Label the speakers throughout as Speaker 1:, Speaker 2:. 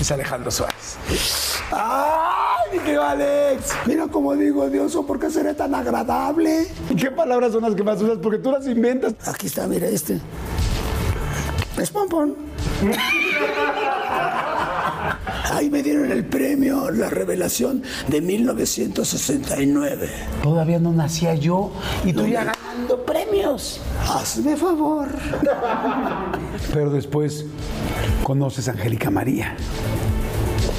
Speaker 1: es Alejandro Suárez. ¡Ay, mi querido Alex! Mira cómo digo, Dios, ¿por qué seré tan agradable? ¿Y qué palabras son las que más usas? Porque tú las inventas.
Speaker 2: Aquí está, mira este. Es pompón. Ahí me dieron el premio La Revelación de 1969.
Speaker 1: Todavía no nacía yo y tú ya ganando premios.
Speaker 2: Hazme favor.
Speaker 1: Pero después conoces a Angélica María.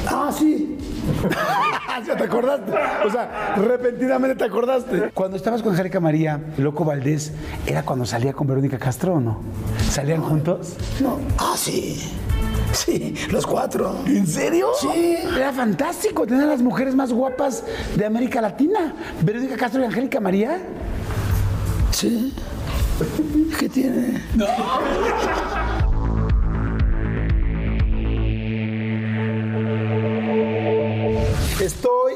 Speaker 2: Ah, sí.
Speaker 1: ya te acordaste. O sea, repentinamente te acordaste. Cuando estabas con Angélica María, Loco Valdés, era cuando salía con Verónica Castro, ¿o no? ¿Salían juntos?
Speaker 2: No. Ah, sí. Sí, los cuatro.
Speaker 1: ¿En serio?
Speaker 2: Sí.
Speaker 1: Era fantástico tener a las mujeres más guapas de América Latina. Verónica Castro y Angélica María.
Speaker 2: Sí. ¿Qué tiene?
Speaker 1: Estoy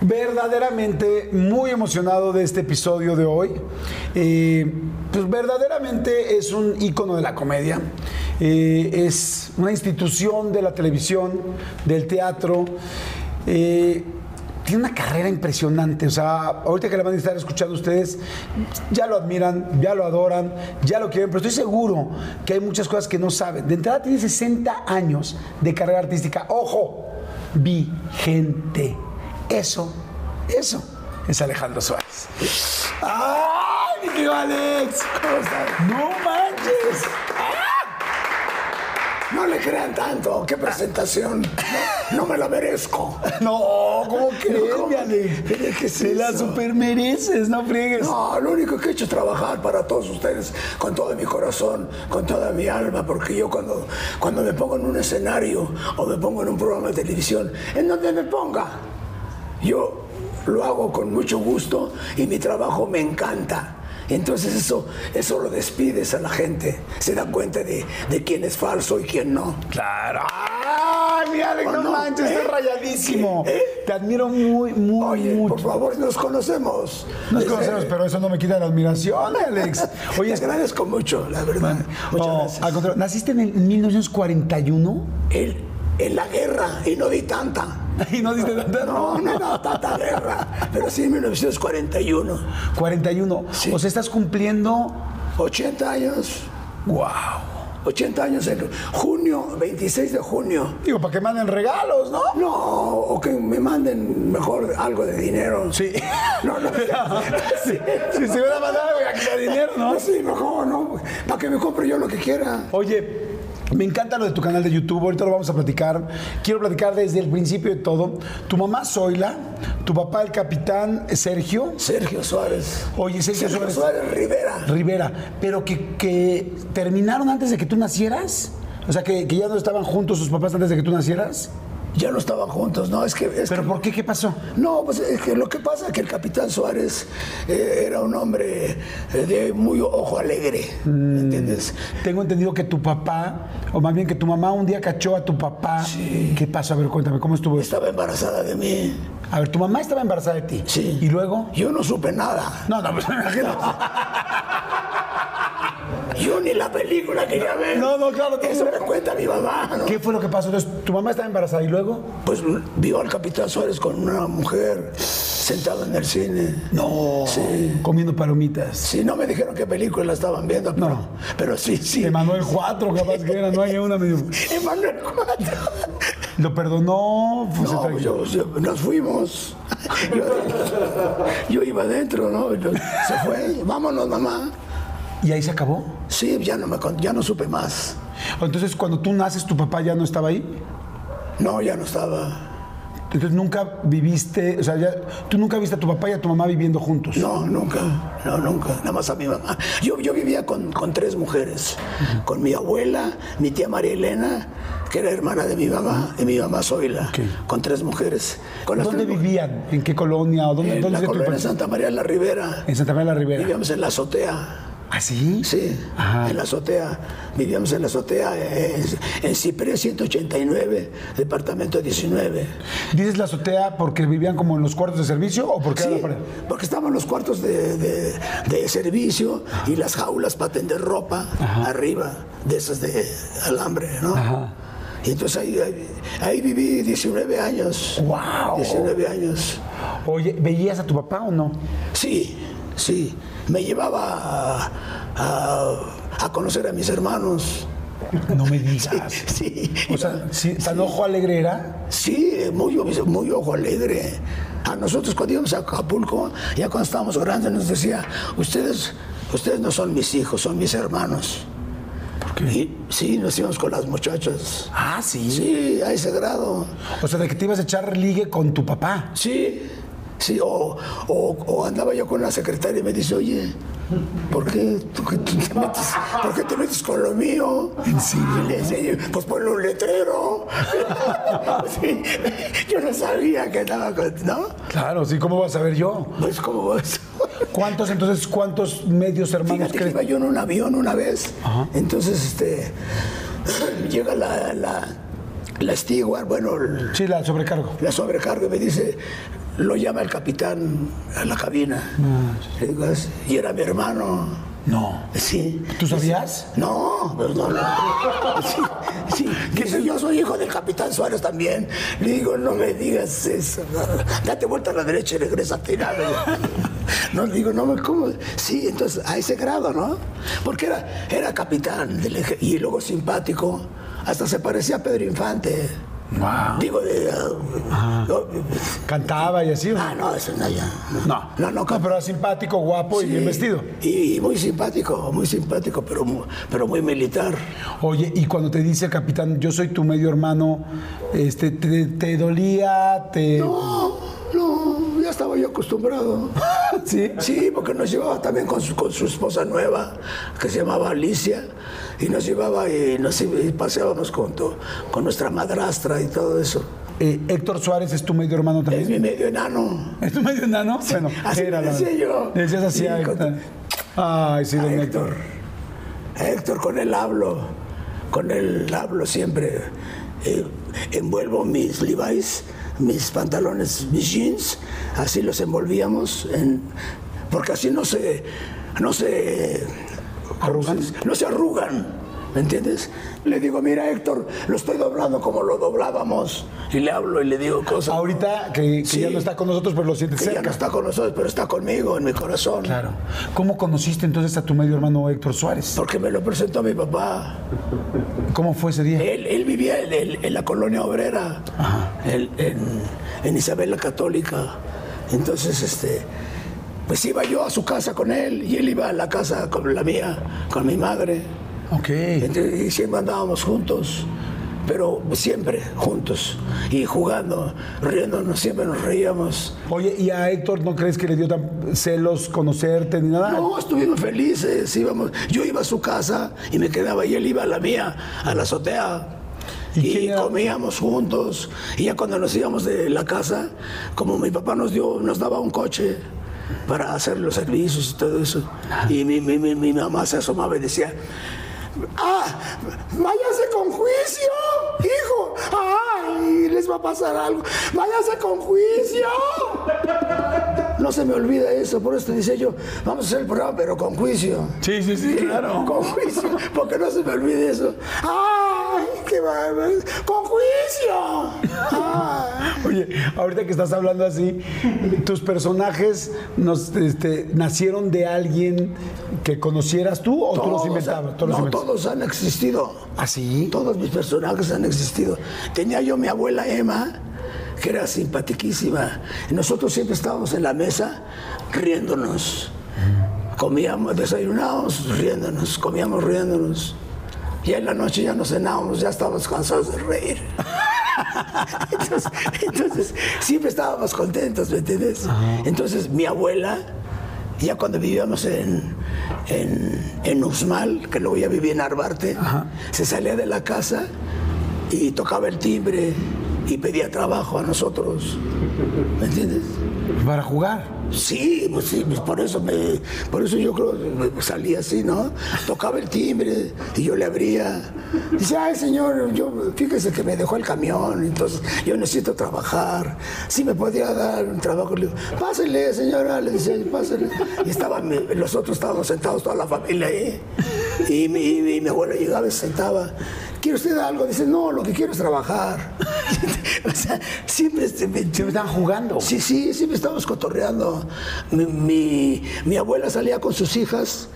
Speaker 1: verdaderamente muy emocionado de este episodio de hoy. Eh, pues verdaderamente es un ícono de la comedia. Eh, es una institución de la televisión, del teatro. Eh, tiene una carrera impresionante, o sea, ahorita que la van a estar escuchando ustedes, ya lo admiran, ya lo adoran, ya lo quieren, pero estoy seguro que hay muchas cosas que no saben. De entrada tiene 60 años de carrera artística, ojo, vigente. Eso, eso es Alejandro Suárez. ¡Ay, mi querido Alex! ¿Cómo estás? ¡No manches! Ah.
Speaker 2: No le crean tanto. Qué presentación. No, no me la merezco.
Speaker 1: No, ¿cómo crees,
Speaker 2: ¿cómo?
Speaker 1: mi Alex?
Speaker 2: Mira, ¿qué es
Speaker 1: Te la
Speaker 2: eso?
Speaker 1: super mereces, no friegues.
Speaker 2: No, lo único que he hecho es trabajar para todos ustedes con todo mi corazón, con toda mi alma, porque yo cuando, cuando me pongo en un escenario o me pongo en un programa de televisión, en donde me ponga, yo lo hago con mucho gusto y mi trabajo me encanta. Entonces eso, eso lo despides a la gente, se dan cuenta de, de quién es falso y quién no.
Speaker 1: Claro. ¡Ay, mi Alex,
Speaker 2: ¿O
Speaker 1: no,
Speaker 2: no?
Speaker 1: manches!
Speaker 2: ¿Eh?
Speaker 1: Estás rayadísimo.
Speaker 2: ¿Eh?
Speaker 1: Te admiro muy, muy,
Speaker 2: Oye,
Speaker 1: mucho.
Speaker 2: por favor, nos conocemos.
Speaker 1: Nos
Speaker 2: Desde-
Speaker 1: pues conocemos, pero eso no me quita la admiración, Alex. Oye,
Speaker 2: Te
Speaker 1: es-
Speaker 2: agradezco mucho, la verdad. Muchas
Speaker 1: no,
Speaker 2: gracias.
Speaker 1: al contrario, ¿naciste en el 1941?
Speaker 2: en, en la guerra, y no di tanta.
Speaker 1: Y no diste tanta.
Speaker 2: No, no, no, tanta guerra. Pero sí, en 1941.
Speaker 1: 41.
Speaker 2: Sí.
Speaker 1: O sea, estás cumpliendo.
Speaker 2: 80 años.
Speaker 1: ¡Wow!
Speaker 2: 80 años en junio, 26 de junio.
Speaker 1: Digo, para que manden regalos, ¿no?
Speaker 2: No, o que me manden mejor algo de dinero.
Speaker 1: Sí.
Speaker 2: No, no.
Speaker 1: sí, sí, se van a mandar a quitar dinero, ¿no?
Speaker 2: No, sí, mejor, ¿no? Para que me compre yo lo que quiera.
Speaker 1: Oye, me encanta lo de tu canal de YouTube, ahorita lo vamos a platicar. Quiero platicar desde el principio de todo. Tu mamá Zoila, tu papá el capitán Sergio.
Speaker 2: Sergio Suárez.
Speaker 1: Oye, Sergio,
Speaker 2: Sergio
Speaker 1: Suárez
Speaker 2: Suárez Rivera.
Speaker 1: Rivera, pero que, que terminaron antes de que tú nacieras. O sea, que, que ya no estaban juntos sus papás antes de que tú nacieras.
Speaker 2: Ya no estaban juntos, ¿no? Es que. es
Speaker 1: ¿Pero
Speaker 2: que-
Speaker 1: por qué? ¿Qué pasó?
Speaker 2: No, pues es que lo que pasa es que el capitán Suárez eh, era un hombre eh, de muy ojo alegre,
Speaker 1: Mm.
Speaker 2: ¿me ¿entiendes?
Speaker 1: Tengo entendido que tu papá, o más bien que tu mamá un día cachó a tu papá. ¿Qué pasó? A ver, cuéntame, ¿cómo estuvo eso?
Speaker 2: Estaba embarazada de mí,
Speaker 1: A ver, tu mamá estaba embarazada de ti.
Speaker 2: sí.
Speaker 1: ¿Y luego?
Speaker 2: Yo no supe nada.
Speaker 1: No, no, pues me imagino.
Speaker 2: Yo ni la película quería ver.
Speaker 1: No, no, claro, tú-
Speaker 2: Eso me cuenta mi mamá, ¿no?
Speaker 1: ¿Qué fue lo que pasó? Entonces, tu mamá estaba embarazada y luego.
Speaker 2: Pues vio al capitán Suárez con una mujer sentada en el cine.
Speaker 1: No. Comiendo palomitas.
Speaker 2: Sí, no me dijeron qué película estaban viendo, pero,
Speaker 1: No.
Speaker 2: pero sí, sí.
Speaker 1: De Manuel 4, capaz que era, no hay una medio.
Speaker 2: Emanuel Cuatro.
Speaker 1: Lo perdonó, pues, se
Speaker 2: No,
Speaker 1: tranquilizó.
Speaker 2: yo- yo- nos fuimos. Yo, yo iba adentro, ¿no? Yo- se fue. Vámonos, mamá.
Speaker 1: Y ahí se acabó.
Speaker 2: Sí, ya no, me, con- ya no supe más.
Speaker 1: Entonces, cuando tú naces, tu papá ya no estaba ahí.
Speaker 2: No, ya no estaba.
Speaker 1: Entonces, nunca viviste, o sea, ya- tú nunca viste a tu papá y a tu mamá viviendo juntos.
Speaker 2: No, nunca. No, nunca. Nada más a mi mamá. Yo, yo vivía con, con tres mujeres. Con mi abuela, mi tía María Elena, que era hermana de mi mamá, y mi mamá Zoila.
Speaker 1: Ok.
Speaker 2: Con tres mujeres. Con las
Speaker 1: ¿Dónde
Speaker 2: tres mu-
Speaker 1: vivían? ¿En qué colonia? ¿O dónde,
Speaker 2: En
Speaker 1: dónde
Speaker 2: la
Speaker 1: se tu
Speaker 2: colonia
Speaker 1: infancia?
Speaker 2: Santa María de la Rivera.
Speaker 1: En Santa María de la Rivera.
Speaker 2: Vivíamos en la azotea.
Speaker 1: ¿Ah, sí?
Speaker 2: Sí,
Speaker 1: Ajá.
Speaker 2: en la azotea, vivíamos en la azotea, eh, en, en Ciprés 189, departamento 19.
Speaker 1: ¿Dices la azotea porque vivían como en los cuartos de servicio o porque era
Speaker 2: Sí,
Speaker 1: la pared?
Speaker 2: porque estaban los cuartos de, de- de servicio y las jaulas para tender ropa arriba, de esas de alambre, ¿no? Y entonces ahí, ahí, ahí viví 19 años.
Speaker 1: Guau.
Speaker 2: 19 años.
Speaker 1: Oye, ¿veías a tu papá o no?
Speaker 2: Sí, sí. Me llevaba a, a- a conocer a mis hermanos.
Speaker 1: No me digas.
Speaker 2: Sí.
Speaker 1: O sea, sí, tan ojo alegre era.
Speaker 2: Sí, muy, muy ojo alegre. A nosotros cuando íbamos a Acapulco, ya cuando estábamos grandes, nos decía, ustedes, ustedes no son mis hijos, son mis hermanos.
Speaker 1: ¿Por
Speaker 2: Y sí, nos íbamos con las muchachas.
Speaker 1: Ah, sí.
Speaker 2: Sí, a ese grado.
Speaker 1: O sea, de que te ibas a echar ligue con tu papá.
Speaker 2: Sí, sí, o, o- o andaba yo con la secretaria y me dice, oye, ¿por qué, tú- que tú te, metes, ¿por qué te metes con lo mío? Y le decía, yo, pues ponle un letrero. Sí, yo no sabía que andaba con... ¿No?
Speaker 1: Claro, sí, ¿cómo vas a ver yo?
Speaker 2: Pues como eso.
Speaker 1: ¿Cuántos entonces, cuántos medios hermanos
Speaker 2: Fíjate que
Speaker 1: crees?
Speaker 2: iba yo en un avión una vez. Entonces, este, llega la, la, la steward, bueno, el-
Speaker 1: Sí, la sobrecargo.
Speaker 2: la sobrecarga y me dice, lo llama el capitán a la cabina. Le digo, "Es-". y era mi hermano.
Speaker 1: No.
Speaker 2: Sí.
Speaker 1: ¿Tú sabías?
Speaker 2: No, perdón. Sí, sí. Dice, yo soy hijo del capitán Suárez también. Le digo, no me digas eso. Date vuelta a la derecha y regrésate. y nada. No, le digo, no, me- ¿cómo? Sí, entonces, a ese grado, ¿no? Porque era, era capitán del eje- y luego simpático. Hasta se parecía a Pedro Infante.
Speaker 1: Wow.
Speaker 2: Digo, de, ah, no,
Speaker 1: Cantaba y así. ¿o?
Speaker 2: ah, no, eso no, ya.
Speaker 1: No.
Speaker 2: No, no,
Speaker 1: pero era simpático, guapo y bien vestido.
Speaker 2: Y, y muy simpático, muy simpático, pero, mu- pero muy militar.
Speaker 1: Oye, y cuando te dice el capitán, yo soy tu medio hermano, este, te, te dolía, te.
Speaker 2: No, no, ya estaba yo acostumbrado.
Speaker 1: ¿Sí?
Speaker 2: Sí, porque nos llevaba también con su, con su esposa nueva, que se llamaba Alicia, y nos llevaba y nos iba- y paseábamos con, to- con nuestra madrastra y todo eso.
Speaker 1: Eh, Héctor Suárez es tu medio hermano
Speaker 2: Es
Speaker 1: también.
Speaker 2: mi medio enano.
Speaker 1: ¿Es tu medio hermano? Bueno,
Speaker 2: Eh. así le
Speaker 1: la-
Speaker 2: decía yo.
Speaker 1: Le decías así
Speaker 2: Sí,
Speaker 1: a
Speaker 2: con-
Speaker 1: Héctor. Ay, sí, don Héctor.
Speaker 2: Héctor. Héctor, con él hablo. Con él hablo siempre. Eh, envuelvo mis Levi's, mis pantalones, mis jeans. Así los envolvíamos. en- porque así no se. No se.
Speaker 1: ¿Arrugan?
Speaker 2: No se arrugan. ¿Me entiendes? Le digo, mira Héctor, lo estoy doblando como lo doblábamos. Y le hablo y le digo cosas.
Speaker 1: Ahorita que, que
Speaker 2: Sí.
Speaker 1: ya no está con nosotros, pero lo sientes
Speaker 2: que ya no
Speaker 1: cerca.
Speaker 2: está con nosotros, pero está conmigo, en mi corazón.
Speaker 1: Claro. ¿Cómo conociste entonces a tu medio hermano Héctor Suárez?
Speaker 2: Porque me lo presentó mi papá.
Speaker 1: ¿Cómo fue ese día?
Speaker 2: Él, él vivía en, en- en la colonia obrera, en, en- en Isabel la Católica. Entonces, este, pues iba yo a su casa con él y él iba a la casa con la mía, con mi madre.
Speaker 1: Ok.
Speaker 2: Entonces, y siempre andábamos juntos, pero siempre juntos y jugando, riéndonos, siempre nos reíamos.
Speaker 1: Oye, ¿y a Héctor no crees que le dio tan celos conocerte ni nada?
Speaker 2: No, estuvimos felices, íbamos. Yo iba a su casa y me quedaba y él iba a la mía, a la azotea.
Speaker 1: ¿Y
Speaker 2: Y,
Speaker 1: quién era?
Speaker 2: comíamos juntos. Y ya cuando nos íbamos de la casa, como mi papá nos dio, nos daba un coche para hacer los servicios y todo eso. Y mi, mi- mi- mi mamá se asomaba y decía, ¡ah! ¡Váyase con juicio! ¡Hijo! ¡Ay! Les va a pasar algo. ¡Váyase con juicio! No se me olvida eso, por eso te decía yo, vamos a hacer el programa, pero con juicio.
Speaker 1: Sí, sí, sí,
Speaker 2: Con juicio, porque no se me olvide eso. ¡Ay, qué bárbaro! ¡Con juicio! ¡Ay!
Speaker 1: Oye, ahorita que estás hablando así, tus personajes nos, este, nacieron de alguien que conocieras tú o tú los inventabas. Tú los
Speaker 2: no,
Speaker 1: inventas?
Speaker 2: todos han existido.
Speaker 1: ¿Ah, sí?
Speaker 2: Todos mis personajes han existido. Tenía yo mi abuela Emma, que era simpatiquísima. Nosotros siempre estábamos en la mesa riéndonos. Comíamos, desayunábamos riéndonos, comíamos riéndonos. Y en la noche ya no cenábamos, ya estábamos cansados de reír. entonces, entonces, siempre estábamos contentos, ¿me entiendes? Entonces mi abuela, ya cuando vivíamos en, en, en Uxmal, que luego ya viví en Arbarte, se salía de la casa y tocaba el timbre y pedía trabajo a nosotros, ¿me entiendes?
Speaker 1: Para jugar.
Speaker 2: Sí, pues sí, pues por eso me, por eso yo creo que me salí así, ¿no? Tocaba el timbre y yo le abría. Dice, ay señor, yo fíjese que me dejó el camión, entonces yo necesito trabajar. Si me podía dar un trabajo, le digo, pásele, señora, le decía, pásele. Y estaban, mi- los otros estábamos sentados toda la familia ahí. Y mi, y mi- mi abuelo llegaba y se sentaba. ¿Quiere usted algo? Dice, no, lo que quiero es trabajar. o sea, siempre... este, me-
Speaker 1: Siempre están jugando.
Speaker 2: Sí, sí, sí, me estábamos cotorreando. Mi, mi- mi abuela salía con sus hijas,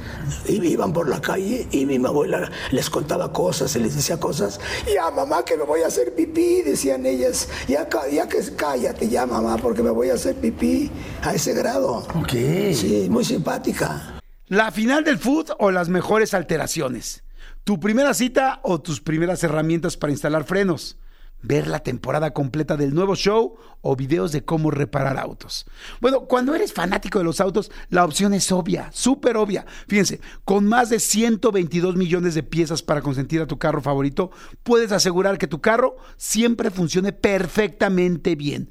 Speaker 2: y iban por la calle y mi abuela les contaba cosas y les decía cosas. Ya, mamá, que me voy a hacer pipí, decían ellas. Ya, ca- ya que cállate, ya, mamá, porque me voy a hacer pipí a ese grado.
Speaker 1: Ok.
Speaker 2: Sí, muy simpática.
Speaker 1: La final del food o las mejores alteraciones. Tu primera cita o tus primeras herramientas para instalar frenos. Ver la temporada completa del nuevo show o videos de cómo reparar autos. Bueno, cuando eres fanático de los autos, la opción es obvia, súper obvia. Fíjense, con más de 122 millones de piezas para consentir a tu carro favorito, puedes asegurar que tu carro siempre funcione perfectamente bien.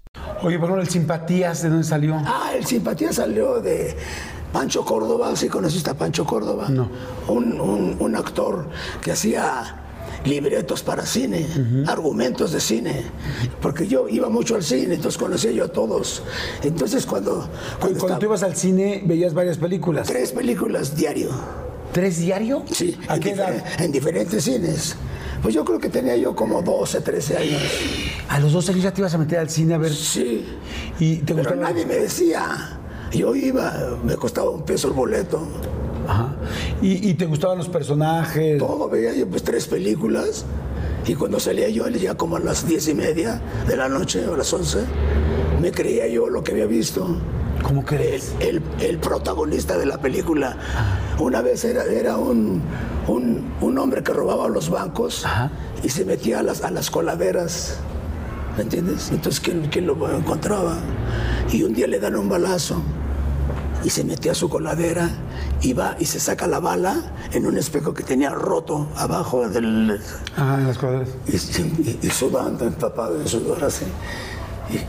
Speaker 1: Oye, por el simpatías, ¿de dónde salió?
Speaker 2: Ah, el simpatía salió de Pancho Córdoba, ¿sí conociste a Pancho Córdoba? No. Un, un- un actor que hacía libretos para cine, argumentos de cine, porque yo iba mucho al cine, entonces conocía yo a todos. Entonces cuando, cuando estaba-
Speaker 1: ibas al cine, veías varias películas.
Speaker 2: tres películas diario,
Speaker 1: ¿Tres diario?
Speaker 2: Sí,
Speaker 1: ¿A
Speaker 2: en,
Speaker 1: qué
Speaker 2: difer-
Speaker 1: edad?
Speaker 2: en diferentes cines. Pues yo creo que tenía yo como 12, 13 años.
Speaker 1: A los 12 años ya te ibas a meter al cine a ver.
Speaker 2: Sí.
Speaker 1: ¿Y te
Speaker 2: Pero
Speaker 1: gustaba?
Speaker 2: nadie me decía. Yo iba, me costaba un peso el boleto.
Speaker 1: Ajá. ¿Y, y te gustaban los personajes?
Speaker 2: Todo veía yo pues tres películas. Y cuando salía yo, ya como a las diez y media de la noche o a las 11, me creía yo lo que había visto.
Speaker 1: ¿Cómo
Speaker 2: El,
Speaker 1: crees?
Speaker 2: el- el protagonista de la película. Una vez era, era un, un- un hombre que robaba los bancos
Speaker 1: Ajá.
Speaker 2: y se metía a las, a las coladeras. ¿Me entiendes? Entonces, ¿quién, quién lo encontraba? Y un día le dan un balazo y se metió a su coladera y va y se saca la bala en un espejo que tenía roto abajo del, Ah,
Speaker 1: Ajá, en las cuadras.
Speaker 2: y, y, y sudando, empapado en sudor así,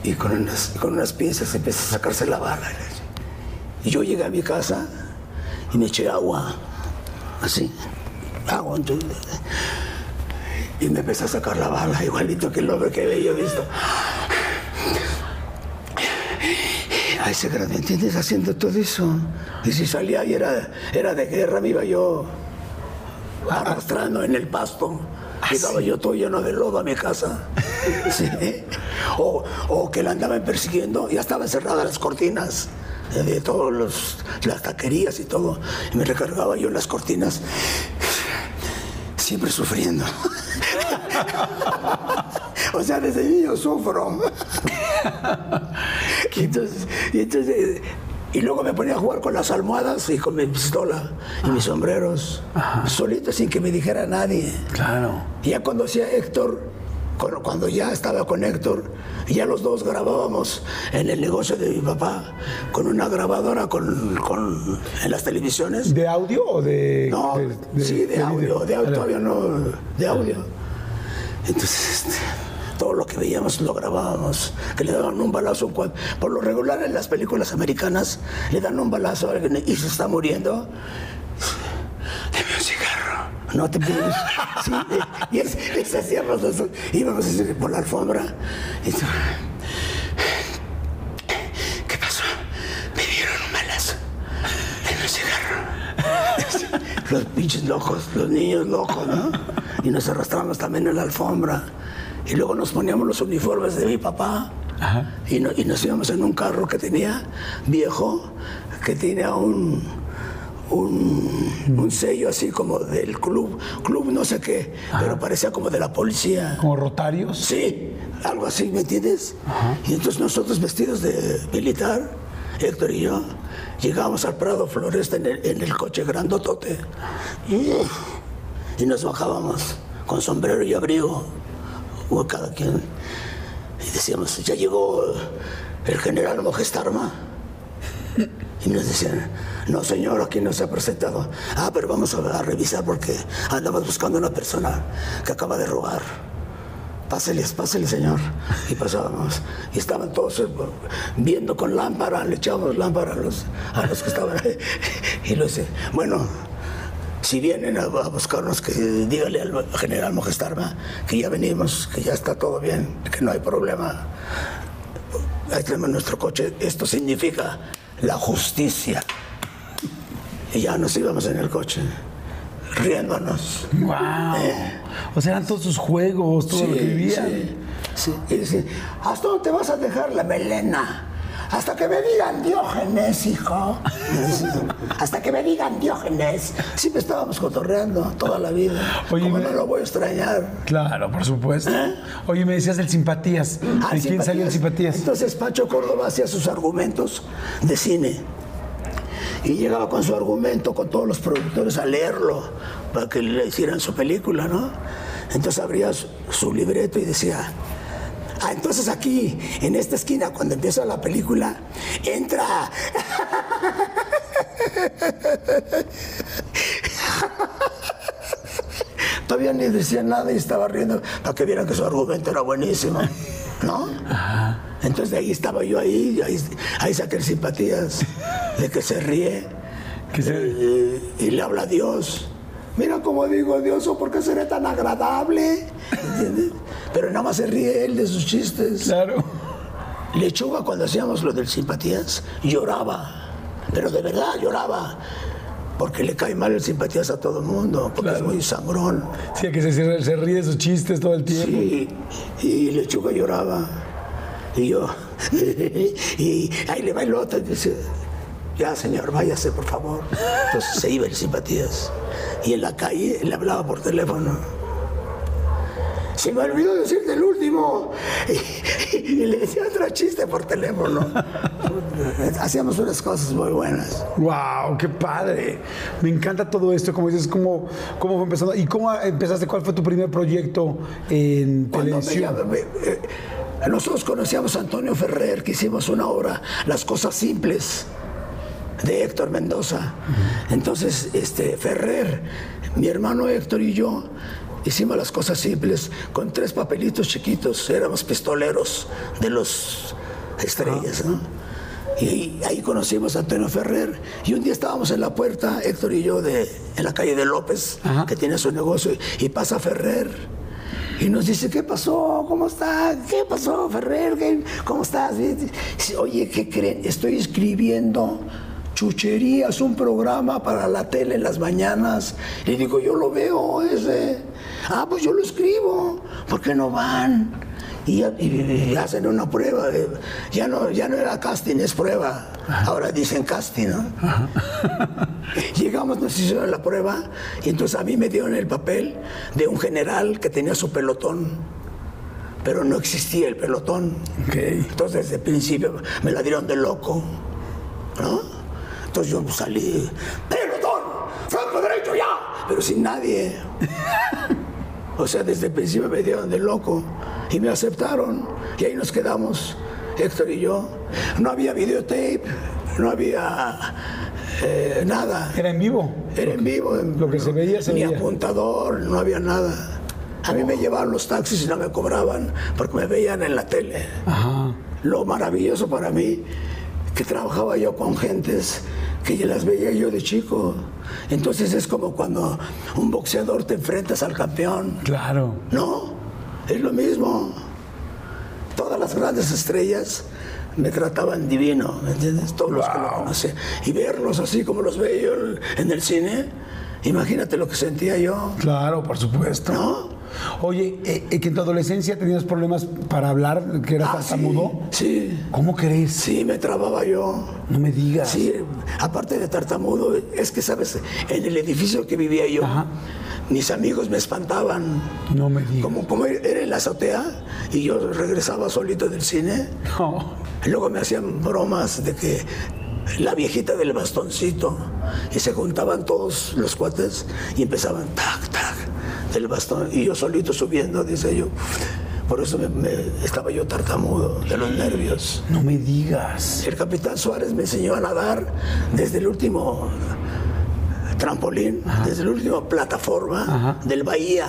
Speaker 2: y, y con, unas, con unas pinzas empieza a sacarse la bala. Y yo llegué a mi casa y me eché agua, así, agua. entonces, Y me empecé a sacar la bala, igualito que el hombre que había yo visto. A ese grado, ¿me entiendes? Haciendo todo eso. Y si salía y era, era de guerra, me iba yo arrastrando en el pasto. Llegaba yo todo lleno de lodo a mi casa. Sí. O, o que la andaban persiguiendo, ya estaban cerradas las cortinas eh, de todas las taquerías y todo. Y me recargaba yo en las cortinas, siempre sufriendo. o sea, desde niño sufro. Y entonces, y entonces, eh, y luego me ponía a jugar con las almohadas y con mi pistola y mis sombreros, solito sin que me dijera nadie.
Speaker 1: Claro.
Speaker 2: Y ya cuando hacía Héctor, cuando, cuando ya estaba con Héctor, ya los dos grabábamos en el negocio de mi papá, con una grabadora con, con- en las televisiones.
Speaker 1: ¿De audio o de.?
Speaker 2: No,
Speaker 1: de- de-
Speaker 2: sí, de audio,
Speaker 1: video?
Speaker 2: de audio, todavía no, de audio. Entonces, este, todo lo que veíamos lo grabábamos, que le daban un balazo. a un cuate. Por lo regular en las películas americanas le dan un balazo a alguien y se está muriendo. Deme un cigarro. No te pides. Sí, y es, es así, nosotros íbamos así por la alfombra. y tú, los pinches locos, los niños locos, ¿no? Y nos arrastramos también en la alfombra. Y luego nos poníamos los uniformes de mi papá. Y, no- y nos íbamos en un carro que tenía viejo, que tenía un, un, un sello así como del club, club no sé qué, pero parecía como de la policía.
Speaker 1: Como rotarios.
Speaker 2: Sí, algo así, ¿me entiendes? Y entonces nosotros vestidos de militar, Héctor y yo, llegamos al Prado Floresta en el, en el coche grandotote y nos bajábamos con sombrero y abrigo, o cada quien, y decíamos, ya llegó el general Mojestarma. Y nos decían, no señor, aquí no se ha presentado. Ah, pero vamos a, a revisar porque andamos buscando a una persona que acaba de robar. Páseles, páseles, señor. Y pasábamos. Y estaban todos eh, viendo con lámpara, le echábamos lámpara a los, a los que estaban ahí. Y lo dice, bueno, si vienen a, a buscarnos, que dígale al general Mojestarma que ya venimos, que ya está todo bien, que no hay problema. Ahí tenemos nuestro coche. Esto significa la justicia. Y ya nos íbamos en el coche, riéndonos.
Speaker 1: ¡Wow! O sea, eran todos sus juegos, todo lo que vivían.
Speaker 2: Sí, sí. Y dice, ¿hasta dónde te vas a dejar la melena? Hasta que me digan Diógenes, hijo. Sí, Hasta que me digan Diógenes. Siempre estábamos cotorreando toda la vida.
Speaker 1: Oye,
Speaker 2: Como
Speaker 1: me-
Speaker 2: no lo voy a extrañar.
Speaker 1: Claro, por supuesto. Oye, me decías del Simpatías. ¿De
Speaker 2: ¿Eh? Ah,
Speaker 1: quién salió el Simpatías?
Speaker 2: Entonces Pacho Córdoba hacía sus argumentos de cine. Y llegaba con su argumento, con todos los productores a leerlo, para que le hicieran su película, ¿no? Entonces abría su, su libreto y decía, ah, entonces aquí, en esta esquina, cuando empieza la película, entra... Todavía ni decía nada y estaba riendo para que vieran que su argumento era buenísimo, ¿no? Entonces de ahí estaba yo ahí, ahí, ahí saqué el simpatías de que se ríe
Speaker 1: Que se-
Speaker 2: eh, y le habla a Dios. Mira cómo digo, Dios, ¿por qué seré tan agradable? ¿Entiendes? Pero nada más se ríe él de sus chistes.
Speaker 1: Claro.
Speaker 2: Lechuga, cuando hacíamos lo del simpatías, lloraba, pero de verdad lloraba. Porque le cae mal el simpatías a todo el mundo, porque es muy sangrón.
Speaker 1: Sí, que se, cierra- se ríe de sus chistes todo el tiempo.
Speaker 2: Sí, y Lechuga lloraba. Y yo, y ahí le va el otro y dice, ya señor, váyase por favor. Entonces se iba el simpatías. Y en la calle le hablaba por teléfono. Se me olvidó decirte el último. Y, le decía otro chiste por teléfono. Hacíamos unas cosas muy buenas.
Speaker 1: ¡Wow! ¡Qué padre! Me encanta todo esto. Como dices, cómo, cómo fue empezando. ¿Y cómo empezaste? ¿Cuál fue tu primer proyecto en
Speaker 2: Cuando me
Speaker 1: televisión?
Speaker 2: llamé, eh, eh, nosotros conocíamos a Antonio Ferrer, que hicimos una obra, Las Cosas Simples, de Héctor Mendoza. Entonces, este, Ferrer, mi hermano Héctor y yo, hicimos Las Cosas Simples con tres papelitos chiquitos, éramos pistoleros de los estrellas, ¿no? Y ahí conocimos a Antonio Ferrer. Y un día estábamos en la puerta, Héctor y yo, de, en la calle de López,
Speaker 1: Ajá.
Speaker 2: que tiene su negocio, y pasa Ferrer. Y nos dice, ¿qué pasó? ¿Cómo está? ¿Qué pasó, Ferrer? ¿Qué- ¿Cómo estás? Y dice, Oye, ¿qué creen? Estoy escribiendo chucherías, un programa para la tele en las mañanas. Y digo, yo lo veo ese. Ah, pues yo lo escribo. ¿Por qué no van? Y, y- y hacen una prueba. de- ya, no, ya no era casting, es prueba. Ahora dicen casting, ¿no? Llegamos, nos hicieron la prueba y entonces a mí me dieron el papel de un general que tenía su pelotón, pero no existía el pelotón.
Speaker 1: Ok.
Speaker 2: Entonces desde el principio me la dieron de loco, ¿no? Entonces yo salí, pelotón, franco derecho ya, pero sin nadie. O sea, desde el principio me dieron de loco y me aceptaron. Y ahí nos quedamos, Héctor y yo. No había videotape, no había eh, nada.
Speaker 1: Era en vivo.
Speaker 2: Era en vivo. en-
Speaker 1: lo que se veía, se
Speaker 2: Ni
Speaker 1: veía. Oh.
Speaker 2: apuntador, no había nada. A mí me llevaban los taxis y no me cobraban porque me veían en la tele.
Speaker 1: Ajá.
Speaker 2: Lo maravilloso para mí, que trabajaba yo con gentes que ya las veía yo de chico. Entonces es como cuando un boxeador te enfrentas al campeón.
Speaker 1: Claro.
Speaker 2: No, es lo mismo. Todas las grandes estrellas me trataban divino, ¿me entiendes? Todos los que lo
Speaker 1: Wow.
Speaker 2: conocían. Y verlos así como los veo yo en el cine Imagínate lo que sentía yo.
Speaker 1: Claro, por supuesto.
Speaker 2: ¿No?
Speaker 1: Oye, eh, eh, que en tu adolescencia tenías problemas para hablar, que eras
Speaker 2: Ah,
Speaker 1: tartamudo.
Speaker 2: Sí, sí.
Speaker 1: ¿Cómo crees?
Speaker 2: Sí, me trababa yo.
Speaker 1: No me digas.
Speaker 2: Sí, aparte de tartamudo, es que, ¿sabes? En el edificio que vivía yo,
Speaker 1: Ajá.
Speaker 2: mis amigos me espantaban.
Speaker 1: No me digas.
Speaker 2: Como, como era en la azotea y yo regresaba solito del cine,
Speaker 1: No.
Speaker 2: luego me hacían bromas de que la viejita del bastoncito y se juntaban todos los cuates y empezaban tac, tac, del bastón y yo solito subiendo, dice yo. Por eso me- me- estaba yo tartamudo de los nervios.
Speaker 1: No me digas.
Speaker 2: El capitán Suárez me enseñó a nadar desde el último trampolín, desde la última plataforma
Speaker 1: Ajá.
Speaker 2: del Bahía.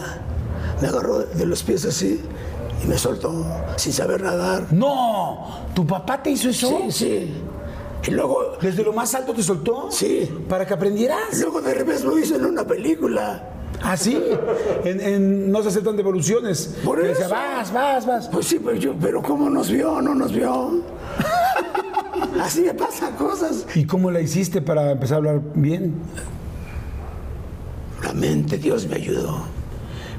Speaker 2: Me agarró de los pies así y me soltó sin saber nadar.
Speaker 1: No. ¿Tu papá te hizo eso?
Speaker 2: Sí, sí. Y luego,
Speaker 1: ¿Desde lo más alto te soltó?
Speaker 2: Sí.
Speaker 1: ¿Para que aprendieras?
Speaker 2: luego de revés lo hizo en una película.
Speaker 1: ¿Ah, sí? En, en No se aceptan devoluciones.
Speaker 2: Por
Speaker 1: Que decía,
Speaker 2: eso.
Speaker 1: vas, vas, vas.
Speaker 2: Pues sí, pero, yo, pero ¿cómo nos vio? No nos vio. así me pasan cosas.
Speaker 1: ¿Y cómo la hiciste para empezar a hablar bien?
Speaker 2: La mente, Dios me ayudó.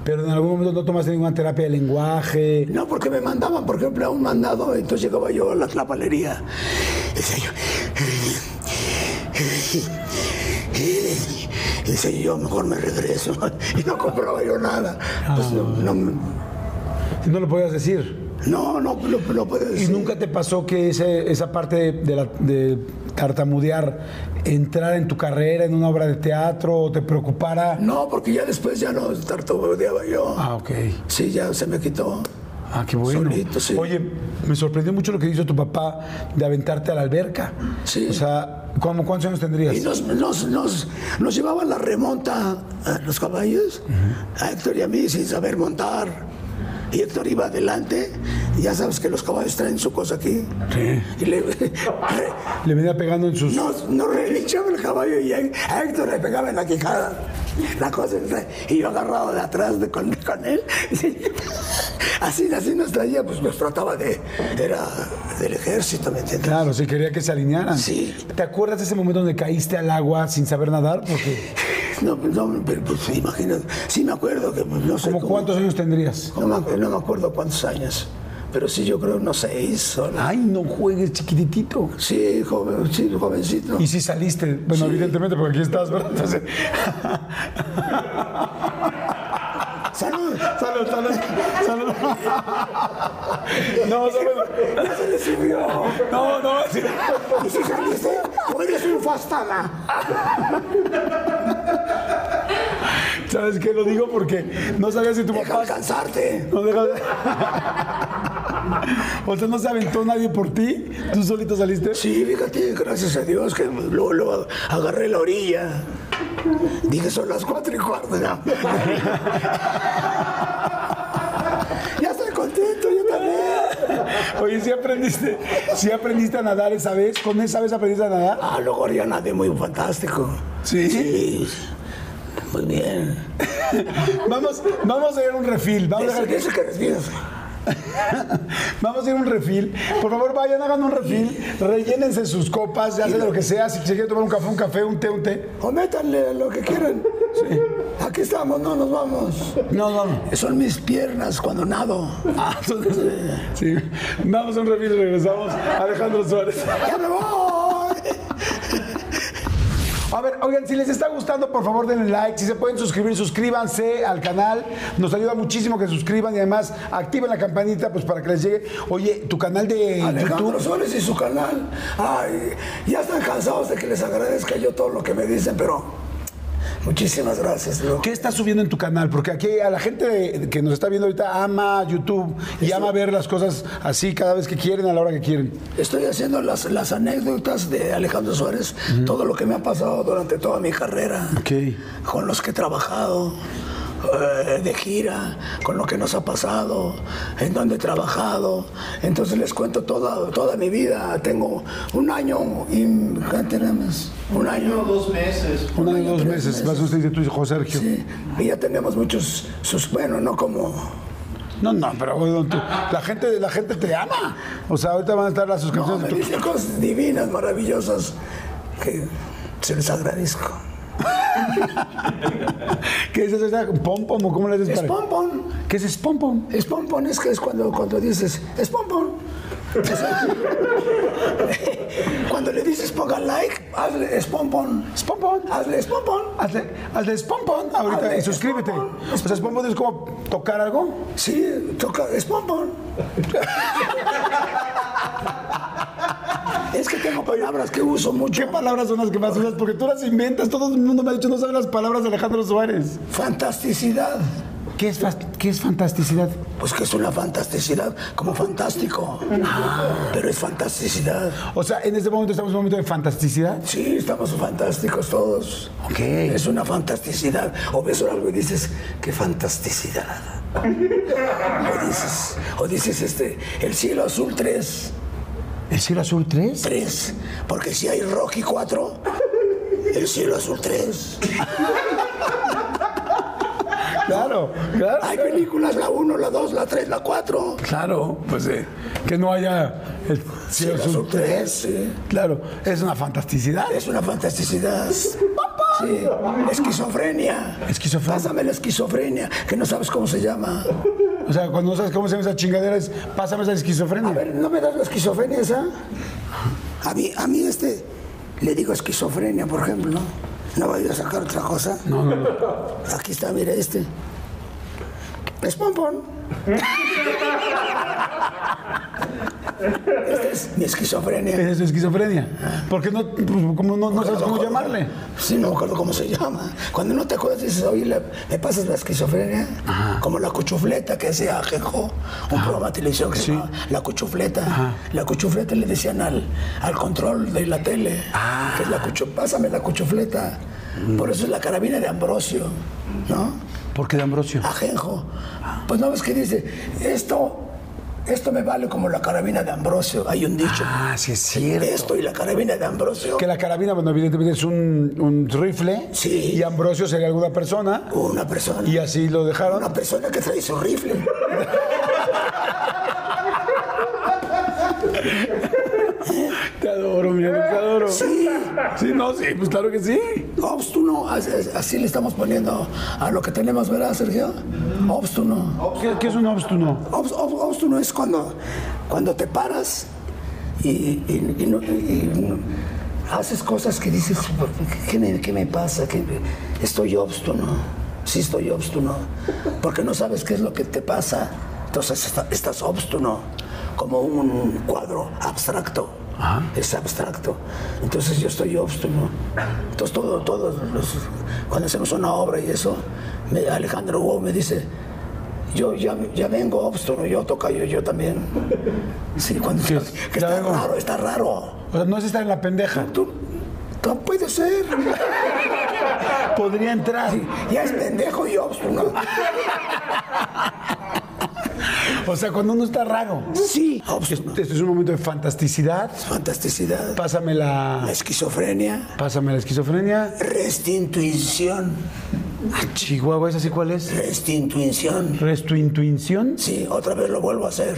Speaker 1: Pero en algún momento no tomaste ninguna terapia de lenguaje.
Speaker 2: No, porque me mandaban, por ejemplo, a un mandado, entonces llegaba yo a la clapalería. Y Decía yo, y decía yo, mejor me regreso. Y no compraba yo nada.
Speaker 1: Ah,
Speaker 2: Pues no, no,
Speaker 1: No lo podías decir.
Speaker 2: no, no, no, no puedo
Speaker 1: ¿Y
Speaker 2: decir.
Speaker 1: nunca te pasó que ese- esa parte de, de la- de tartamudear entrara en tu carrera, en una obra de teatro, o te preocupara?
Speaker 2: No, porque ya después ya no tartamudeaba yo.
Speaker 1: Ah, ok.
Speaker 2: Sí, ya se me quitó.
Speaker 1: Ah, qué bueno.
Speaker 2: Solito, sí.
Speaker 1: Oye, me sorprendió mucho lo que hizo tu papá de aventarte a la alberca.
Speaker 2: Sí.
Speaker 1: O sea, ¿cómo, ¿cuántos años tendrías?
Speaker 2: Y nos, nos, nos, nos llevaban la remonta a los caballos, a Héctor y a mí, sin saber montar. Y Héctor iba adelante, y ya sabes que los caballos traen su cosa aquí. Y le, re-
Speaker 1: Le venía pegando en sus...
Speaker 2: nos, nos relinchaba el caballo y a, a Héctor le pegaba en la quijada. La cosa, y yo agarrado de atrás de, con, con él. Así, así nos traía, pues nos trataba de. Era del ejército, ¿me entiendes?
Speaker 1: Claro, sí, quería que se alinearan.
Speaker 2: Sí.
Speaker 1: ¿Te acuerdas de ese momento donde caíste al agua sin saber nadar? Porque,
Speaker 2: No, no, pero pues imagínate. Sí me acuerdo que pues, no sé
Speaker 1: ¿Cómo
Speaker 2: cómo-
Speaker 1: cuántos años tendrías?
Speaker 2: No me, acu- no me acuerdo cuántos años, pero sí yo creo unos seis. o-
Speaker 1: Ay, no juegues chiquitito.
Speaker 2: Sí, joven, sí, jovencito.
Speaker 1: Y si saliste, bueno, evidentemente, porque aquí estás, ¿verdad? Entonces,
Speaker 2: Salud.
Speaker 1: salud, salud, salud. No, salud.
Speaker 2: Ya se le subió.
Speaker 1: No, no. sí.
Speaker 2: Y si saliste, o eres un fastana.
Speaker 1: ¿Sabes qué? Lo digo porque no sabía si tu
Speaker 2: Deja
Speaker 1: papá...
Speaker 2: alcanzarte.
Speaker 1: No deja... O sea, no se aventó nadie por ti. Tú solito saliste.
Speaker 2: Sí, fíjate, gracias a Dios que luego, luego agarré la orilla. Dije, son las cuatro y cuarto. Ya, ya estoy contento, yo también.
Speaker 1: Oye, ¿sí aprendiste, sí aprendiste a nadar esa vez? ¿Con esa vez aprendiste a nadar?
Speaker 2: Ah, luego ya nadie muy fantástico.
Speaker 1: Sí.
Speaker 2: Sí, muy bien.
Speaker 1: Vamos, vamos a ir a un refil. Vamos a
Speaker 2: Eso,
Speaker 1: dejar que-
Speaker 2: eso que respiras.
Speaker 1: Vamos a ir a un refil. Por favor, vayan, hagan un refil. Rellénense sus copas, ya sea de lo que sea. Si se quieren tomar un café, un café, un té, un té.
Speaker 2: O métanle lo que quieran. Aquí estamos, no nos vamos.
Speaker 1: No, no, no.
Speaker 2: Son mis piernas cuando nado.
Speaker 1: Sí. Vamos a un refil y regresamos. Alejandro Suárez.
Speaker 2: ¡Ya me voy!
Speaker 1: A ver, oigan, si les está gustando, por favor denle like. Si se pueden suscribir, suscríbanse al canal. Nos ayuda muchísimo que se suscriban y además activen la campanita pues para que les llegue. Oye, tu canal de
Speaker 2: Alejandro
Speaker 1: YouTube.
Speaker 2: Suárez y su canal. Ay, ya están cansados de que les agradezca yo todo lo que me dicen, pero muchísimas gracias. ¿no?
Speaker 1: ¿Qué estás subiendo en tu canal? Porque aquí a la gente de- que nos está viendo ahorita ama YouTube y ama ver las cosas así cada vez que quieren, a la hora que quieren.
Speaker 2: Estoy haciendo las, las anécdotas de Alejandro Suárez, todo lo que me ha pasado durante toda mi carrera.
Speaker 1: Ok.
Speaker 2: con los que he trabajado eh, de gira, con lo que nos ha pasado, en donde he trabajado. Entonces les cuento toda, toda mi vida. Tengo un año y ¿qué tenemos? Un año.
Speaker 3: dos meses.
Speaker 1: Un año y
Speaker 2: año,
Speaker 1: dos
Speaker 2: tres
Speaker 1: meses,
Speaker 2: meses.
Speaker 1: más usted dice tu hijo Sergio.
Speaker 2: Sí. Y ya tenemos muchos sus bueno, no como
Speaker 1: No, no, pero oye, tú- la gente, la gente te ama. O sea, ahorita van a estar las
Speaker 2: no,
Speaker 1: suscripciones.
Speaker 2: me
Speaker 1: de tu-
Speaker 2: dicen cosas divinas, maravillosas que se les agradezco.
Speaker 1: ¿Qué es eso? ¿Pompom o cómo le haces
Speaker 2: Es
Speaker 1: para-
Speaker 2: pompón.
Speaker 1: ¿Qué es pompom?
Speaker 2: Es pompón, es que es cuando, cuando dices, es pompón. cuando le dices pongan like, hazle, es pompón.
Speaker 1: Es pompom.
Speaker 2: Hazle, es pompón.
Speaker 1: Hazle, hazle spompon ahorita
Speaker 2: Hazle
Speaker 1: y suscríbete.
Speaker 2: spompon.
Speaker 1: O sea, spompon es como tocar algo.
Speaker 2: Sí, toca, es pompón. es que tengo palabras que uso mucho.
Speaker 1: ¿Qué palabras son las que más usas? Porque tú las inventas. Todo el mundo me ha dicho no saben las palabras de Alejandro Suárez.
Speaker 2: Fantasticidad.
Speaker 1: ¿Qué es, fas- qué es fantasticidad?
Speaker 2: Pues que es una fantasticidad, como fantástico. Pero es fantasticidad.
Speaker 1: O sea, en este momento estamos en un momento de fantasticidad.
Speaker 2: Sí, estamos fantásticos todos.
Speaker 1: Ok.
Speaker 2: Es una fantasticidad. O ves algo y dices, qué fantasticidad. O dices, o dices este, el cielo azul 3.
Speaker 1: ¿El cielo azul 3?
Speaker 2: 3. Porque si hay Rocky 4, el cielo azul 3.
Speaker 1: Claro, claro.
Speaker 2: Hay películas, la 1, la 2, la 3, la 4.
Speaker 1: Claro, pues eh, que no haya el cielo
Speaker 2: Cielo
Speaker 1: azul.
Speaker 2: azul 3, sí.
Speaker 1: Claro, es una fantasticidad.
Speaker 2: Es una fantasticidad. Sí. Esquizofrenia.
Speaker 1: Esquizofrenia.
Speaker 2: Pásame la esquizofrenia, que no sabes cómo se llama.
Speaker 1: O sea, cuando no sabes cómo se llama esa chingadera, es pásame esa esquizofrenia.
Speaker 2: A ver, ¿no me das la esquizofrenia esa? A mí, a mí este, le digo esquizofrenia, por ejemplo. ¿No voy a sacar otra cosa? No, no, Aquí está, mira este. Es pompón. Esta Este es mi esquizofrenia.
Speaker 1: Es esquizofrenia. Porque no, pues, como no, no sabes cómo llamarle.
Speaker 2: Sí, no me acuerdo cómo se llama. Cuando no te acuerdas, dices, oye, le- ¿me pasas la esquizofrenia? Como la cuchufleta que hacía Ajejo, un programa de televisión que se llamaba La Cuchufleta. La cuchufleta le decían al, al control de la tele,
Speaker 1: Ah.
Speaker 2: que es la cuchu- pásame la cuchufleta. Por eso es la carabina de Ambrosio, ¿no?
Speaker 1: Mm. ¿Por qué de Ambrosio?
Speaker 2: Ajenjo. Pues no ves que dice, esto, esto me vale como la carabina de Ambrosio. Hay un dicho.
Speaker 1: Ah, sí es cierto.
Speaker 2: Esto y la carabina de Ambrosio.
Speaker 1: Que la carabina, bueno, evidentemente es un, un rifle.
Speaker 2: Sí.
Speaker 1: Y Ambrosio sería alguna persona.
Speaker 2: Una persona.
Speaker 1: Y así lo dejaron.
Speaker 2: Una persona que trae su rifle.
Speaker 1: Te adoro, mi amor, te adoro.
Speaker 2: Sí.
Speaker 1: Sí, no, sí, pues claro que sí.
Speaker 2: Obstuno. Así, así le estamos poniendo a lo que tenemos, ¿verdad, Sergio? pues Obstuno.
Speaker 1: ¿Qué, qué es un obstuno?
Speaker 2: Obs- ob- Obstuno es cuando, cuando te paras y, y- y no- y no- haces cosas que dices, "¿Por qué- ¿qué me, qué me pasa? ¿Qué me- estoy obstuno. Sí, estoy obstuno. Porque no sabes qué es lo que te pasa. Entonces está- estás obstuno, como un cuadro abstracto. Es abstracto. Entonces yo estoy obstuno. Entonces todo, todos los- cuando hacemos una obra y eso, me- Alejandro Hugo me dice, yo ya, ya vengo obstuno, yo toca yo, yo también. Sí, cuando
Speaker 1: Sí,
Speaker 2: que
Speaker 1: ya
Speaker 2: está
Speaker 1: vengo.
Speaker 2: raro, está raro.
Speaker 1: O sea, no es estar en la pendeja.
Speaker 2: Tú, tú puede ser.
Speaker 1: Podría entrar.
Speaker 2: Ya es pendejo pues, y obstuno.
Speaker 1: O sea, cuando uno está raro.
Speaker 2: Sí, ah, obstuno.
Speaker 1: Este es un momento de fantasticidad.
Speaker 2: Fantasticidad.
Speaker 1: Pásame la.
Speaker 2: La esquizofrenia.
Speaker 1: Pásame la esquizofrenia.
Speaker 2: Restintuición.
Speaker 1: Ah, Chihuahua, ¿esa sí cuál es?
Speaker 2: Restintuición.
Speaker 1: ¿Restuintuición?
Speaker 2: Sí, otra vez lo vuelvo a hacer.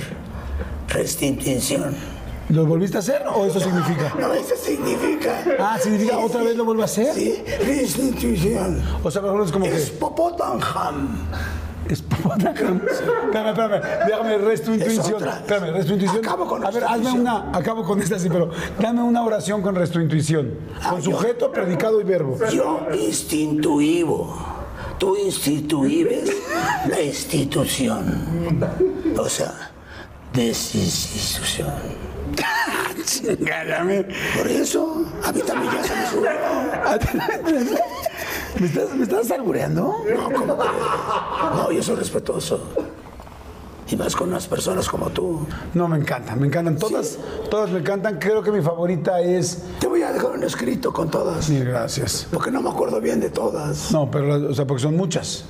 Speaker 2: Restintuición.
Speaker 1: ¿Lo volviste a hacer o eso significa?
Speaker 2: No, eso significa.
Speaker 1: Ah, significa otra vez lo vuelvo a hacer.
Speaker 2: Sí, restintuición.
Speaker 1: O sea, por ejemplo, es como
Speaker 2: Es
Speaker 1: que.
Speaker 2: Popotanham.
Speaker 1: Es Popotanham. Espérame, espérame. Déjame, resto
Speaker 2: Es
Speaker 1: intuición.
Speaker 2: otra.
Speaker 1: Espérame, resto intuición.
Speaker 2: Acabo con
Speaker 1: A ver,
Speaker 2: resto
Speaker 1: hazme
Speaker 2: intuición.
Speaker 1: una. Acabo con esta sí, pero dame una oración con resto intuición.
Speaker 2: Ah,
Speaker 1: Con sujeto, predicado y verbo.
Speaker 2: Yo instintuivo. Tú instituibes la institución. O sea, desinstitución. Por eso, a mí también ya se me subió.
Speaker 1: ¿Me estás, ¿Me estás albureando?
Speaker 2: No, ¿cómo crees? No, yo soy respetuoso. Y más con unas personas como tú.
Speaker 1: No, me encantan, me encantan. Todas, todas me encantan. Creo que mi favorita es.
Speaker 2: Te voy a dejar un escrito con todas.
Speaker 1: Mil gracias.
Speaker 2: Porque no me acuerdo bien de todas.
Speaker 1: No, pero, las- o sea, porque son muchas.